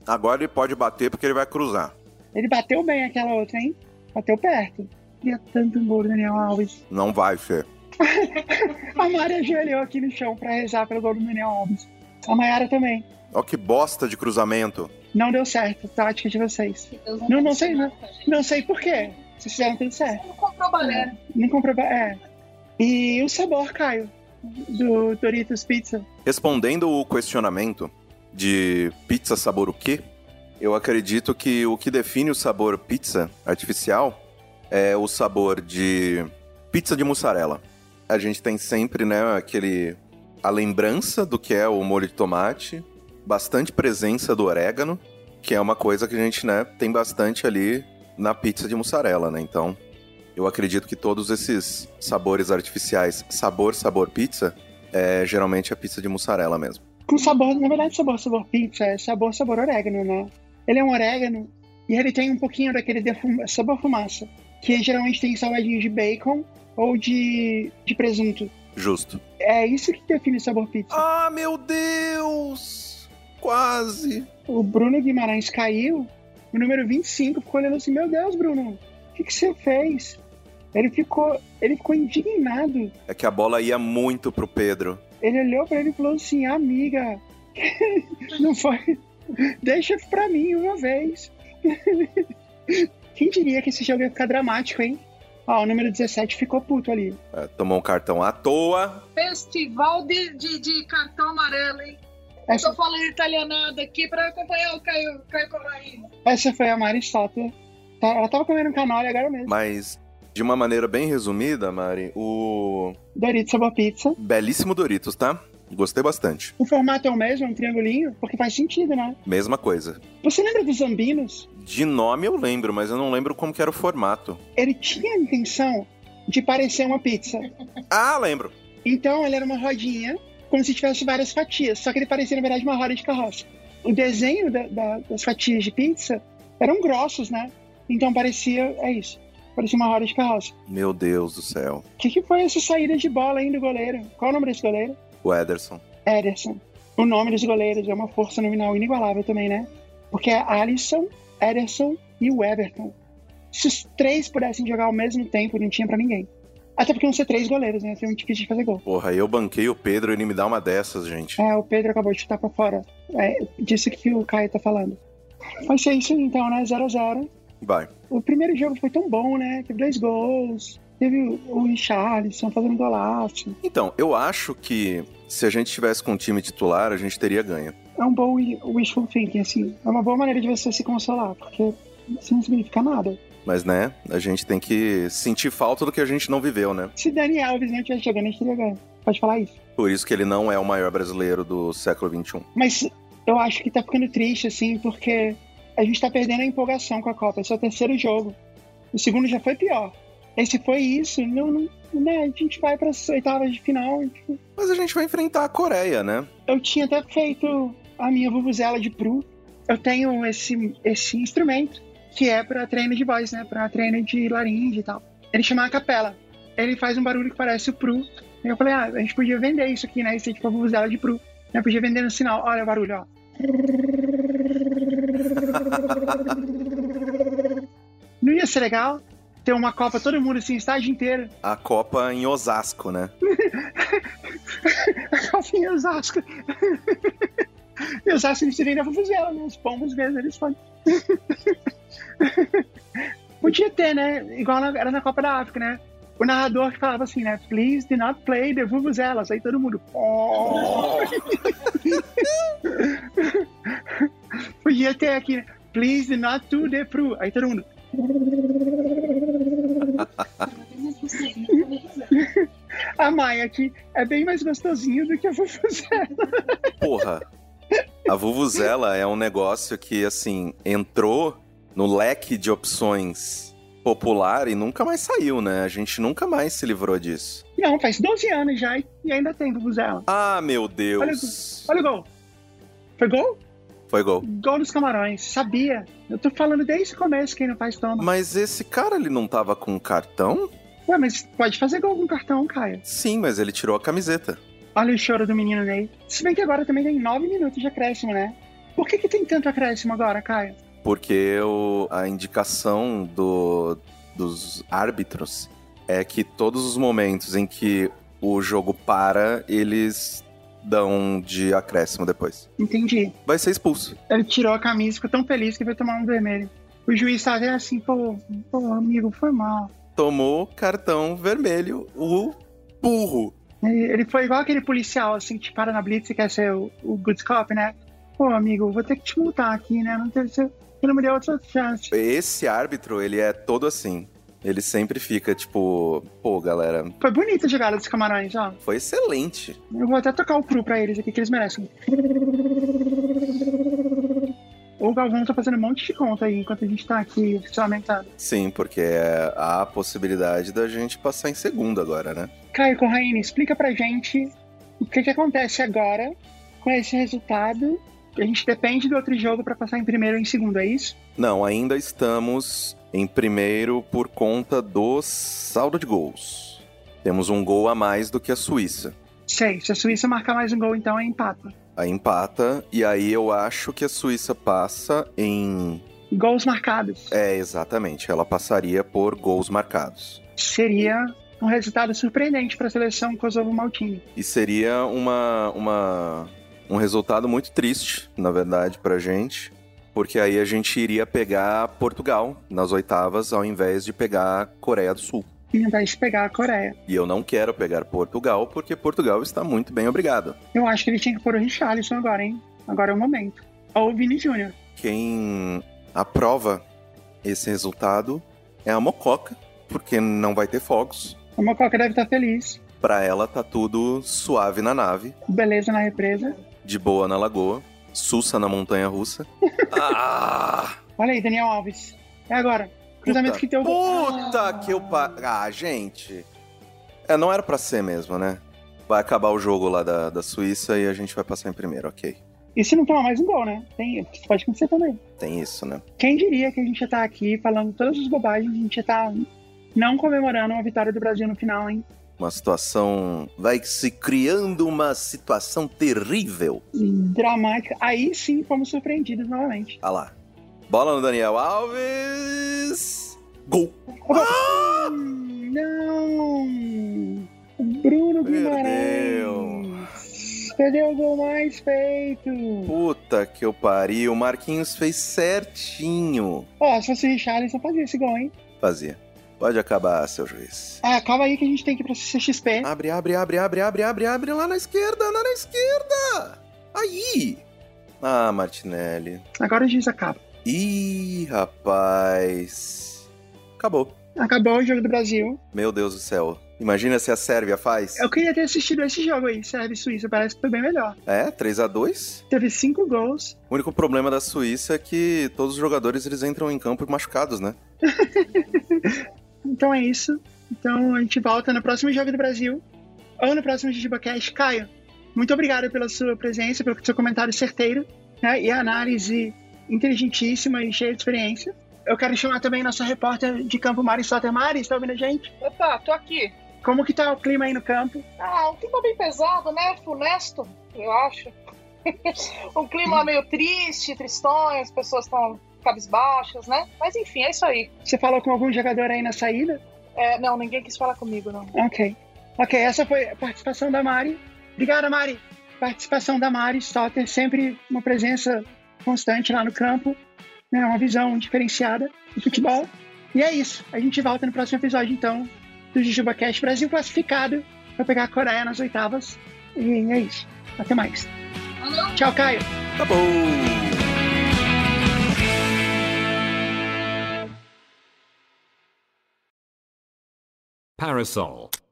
Agora ele pode bater porque ele vai cruzar. Ele bateu bem aquela outra, hein? Bateu perto. Queria tanto um gol do Daniel Alves. Não vai, Fê. A Mari ajoelhou aqui no chão pra rezar pelo gol do Daniel Alves. A Mayara também. Ó que bosta de cruzamento. Não deu certo a tática de vocês. Então Não, não sei, né? Não sei por quê. Vocês fizeram tudo certo. Não comprou balé. Não comprou. ba- É. E o sabor, Caio, do Doritos Pizza. Respondendo o questionamento de pizza sabor o quê, eu acredito que o que define o sabor pizza artificial é o sabor de pizza de mussarela. A gente tem sempre, né, aquele a lembrança do que é o molho de tomate, bastante presença do orégano, que é uma coisa que a gente, né, tem bastante ali na pizza de mussarela, né? Então, eu acredito que todos esses sabores artificiais, sabor sabor pizza, é, geralmente é pizza de mussarela mesmo. Com sabor, na verdade, sabor, sabor pizza é sabor, sabor orégano, né? Ele é um orégano e ele tem um pouquinho daquele defum- sabor fumaça, que geralmente tem salgadinho de bacon ou de, de presunto. Justo. É isso que define o sabor pizza. Ah, meu Deus! Quase! O Bruno Guimarães caiu, o número 25 ficou olhando assim: Meu Deus, Bruno, o que, que você fez? Ele ficou, ele ficou indignado. É que a bola ia muito pro Pedro. Ele olhou pra ele e falou assim: Amiga, não foi. Deixa pra mim uma vez. Quem diria que esse jogo ia ficar dramático, hein? Ó, o número 17 ficou puto ali. É, tomou um cartão à toa. Festival de, de, de cartão amarelo, hein? Eu Essa, tô falando italianada aqui pra acompanhar o Caio, Caio Corraine. essa foi a Mari Stopper. Tá- Ela tava comendo um canole agora mesmo. Mas, de uma maneira bem resumida, Mari, o Doritos sabor pizza. belíssimo Doritos, tá? Gostei bastante. O formato é o mesmo, é um triangulinho, porque faz sentido, né? Mesma coisa. Você lembra dos Zambinos? De nome eu lembro, mas eu não lembro como que era o formato. Ele tinha a intenção de parecer uma pizza. Ah, lembro! Então ele era uma rodinha, como se tivesse várias fatias, só que ele parecia, na verdade, uma roda de carroça. O desenho da- da- das fatias de pizza eram grossos, né? Então parecia, é isso, parecia uma roda de carroça. Meu Deus do céu. O que, que foi essa saída de bola aí do goleiro? Qual o nome desse goleiro? O Ederson. Ederson. O nome dos goleiros é uma força nominal inigualável também, né? Porque é Alisson, Ederson e o Everton. Se os três pudessem jogar ao mesmo tempo, não tinha pra ninguém. Até porque iam ser três goleiros, né? Seria muito difícil de fazer gol. Porra, eu banquei o Pedro e ele me dá uma dessas, gente. É, o Pedro acabou de chutar pra fora. É, disse que o Caio tá falando. Vai ser isso então, né? 0 a 0 Vai. O primeiro jogo foi tão bom, né? Teve dois gols. Teve o- o Richarlison fazendo golaço. Então, eu acho que se a gente tivesse com um time titular, a gente teria ganho. É um bom wi- wishful thinking, assim. É uma boa maneira de você se consolar, porque isso não significa nada. Mas, né, a gente tem que sentir falta do que a gente não viveu, né? Se Dani Alves não tivesse jogando, a gente teria ganho. Pode falar isso. Por isso que ele não é o maior brasileiro do século um. XXI. Mas eu acho que tá ficando triste, assim, porque a gente tá perdendo a empolgação com a Copa. Esse é o terceiro jogo. O segundo já foi pior. Esse foi isso. Não, não- né? A gente vai para as oitavas de final. Mas a gente vai enfrentar a Coreia, né? Eu tinha até feito a minha vuvuzela de Pru, eu tenho esse, esse instrumento, que é para treino de voz, né? Para treino de laringe e tal. Ele chama a capela. Ele faz um barulho que parece o Pru. Aí eu falei, ah, a gente podia vender isso aqui, né? Isso é tipo a vuvuzela de Pru. Eu podia vender no sinal. Olha o barulho, ó. Não ia ser legal ter uma Copa, todo mundo assim, estágio inteiro, A Copa em Osasco, né? a calcinha em Osasco. E Osasco não seria ainda fuzela, né? Os pombos mesmo, eles falam. Podia ter, né? Igual na- era na Copa da África, né? O narrador que falava assim, né? Please do not play the vuvuzelas. Aí todo mundo... "Oh." Podia ter aqui, né? Please do not do the pru. Aí todo mundo... A Maia aqui é bem mais gostosinho do que a vuvuzela. Porra. A Vuvuzela é um negócio que, assim, entrou no leque de opções popular e nunca mais saiu, né? A gente nunca mais se livrou disso. Não, faz 12 anos já e e ainda tem vuvuzela. Ah, meu Deus. Olha o gol. Foi gol? Foi gol. Gol dos camarões. Sabia. Eu tô falando desde o começo quem não faz toma. Mas esse cara, ele não tava com cartão? Ué, mas pode fazer gol com cartão, Caio. Sim, mas ele tirou a camiseta. Olha o choro do menino Ney. Se bem que agora também tem 9 minutos de acréscimo, né? Por que, que tem tanto acréscimo agora, Caio? Porque o- a indicação do- dos árbitros é que todos os momentos em que o jogo para, eles dão de acréscimo depois. Entendi. Vai ser expulso. Ele tirou a camisa, ficou tão feliz que vai tomar um vermelho. O juiz tá até assim, pô, pô, amigo, foi mal. Tomou cartão vermelho, o burro. Ele ele foi igual aquele policial, assim, que te para na blitz e quer ser o, o good cop, né? Pô, amigo, vou ter que te multar aqui, né? Não teve, você não me deu outra chance. Esse árbitro, ele é todo assim. Ele sempre fica tipo, pô, galera, Foi bonita a jogada dos camarões, ó. foi excelente. Eu vou até tocar o cru pra eles aqui, que eles merecem. O Galvão tá fazendo um monte de conta aí, enquanto a gente tá aqui se lamentando. Sim, porque é- há a possibilidade da gente passar em segundo agora, né? Caio Corraine, explica pra gente o que que acontece agora com esse resultado. A gente depende do outro jogo pra passar em primeiro ou em segundo, é isso? Não, ainda estamos em primeiro por conta do saldo de gols. Temos um gol a mais do que a Suíça. Sei, se a Suíça marcar mais um gol, então é empata. Aí empata, e aí eu acho que a Suíça passa em. Gols marcados. É, exatamente, ela passaria por gols marcados. Seria um resultado surpreendente pra seleção Kosovo-Maltini. E seria uma, uma, um resultado muito triste, na verdade, pra gente, porque aí a gente iria pegar Portugal nas oitavas ao invés de pegar Coreia do Sul. E tentar se pegar a Coreia. E eu não quero pegar Portugal porque Portugal está muito bem, obrigado. Eu acho que ele tinha que pôr o Richarlison agora, hein? Agora é o momento. Ou o Vini Júnior. Quem aprova esse resultado é a Mococa, porque não vai ter fogos. O Mococa deve estar feliz. Pra ela tá tudo suave na nave, Beleza na represa. de boa na lagoa, sussa na montanha russa. ah! Olha aí, Daniel Alves. É agora. Cruzamento puta, que deu gol. Puta que eu pa... Ah, gente. É, não era pra ser mesmo, né? Vai acabar o jogo lá da, da Suíça e a gente vai passar em primeiro, ok. E se não tomar mais um gol, né? Tem, pode acontecer também. Tem isso, né? Quem diria que a gente ia estar aqui falando todas as bobagens, a gente ia estar não comemorando uma vitória do Brasil no final, hein? Uma situação. Vai se criando uma situação terrível. Dramática. Aí sim fomos surpreendidos novamente. Olha Tá lá. Bola no Daniel Alves. Gol. Hum, Não! O Bruno Perdeu. Guimarães! Perdeu o gol mais feito! Puta que eu pariu. O Marquinhos fez certinho. Ó, se fosse o Richarlison, fazia esse gol, hein? Fazia. Pode acabar, seu juiz. Ah, calma aí que a gente tem que ir pra CXP. Abre, abre, abre, abre, abre, abre, abre lá na esquerda, lá na esquerda. Aí. Ah, Martinelli. Agora o juiz acaba. Ih, rapaz. Acabou. Acabou o jogo do Brasil. Meu Deus do céu. Imagina se a Sérvia faz. Eu queria ter assistido esse jogo aí, Sérvia e Suíça, parece que foi bem melhor. É, 3 a 2 Teve cinco gols. O único problema da Suíça é que todos os jogadores eles entram em campo machucados, né? Então é isso. Então a gente volta no próximo jogo do Brasil. Ou no próximo JujubaCast. Caio, Muito obrigado pela sua presença, pelo seu comentário certeiro né, e a análise inteligentíssima e cheia de experiência. Eu quero chamar também nossa repórter de campo, Mari Soter. Mari, está ouvindo a gente? Opa, tô aqui. Como que tá o clima aí no campo? Ah, um clima bem pesado, né? Funesto, eu acho. um clima meio triste, tristonho, as pessoas estão cabisbaixas, né? Mas enfim, é isso aí. Você falou com algum jogador aí na saída? É, não, ninguém quis falar comigo, não. Ok. Ok, essa foi a participação da Mari. Obrigada, Mari. Participação da Mari Stotter, sempre uma presença constante lá no campo, né? uma visão diferenciada do futebol. E é isso. A gente volta no próximo episódio, então, do JujubaCast Brasil classificado para pegar a Coreia nas oitavas. E é isso. Até mais. Tchau, Caio. Acabou! Parasol.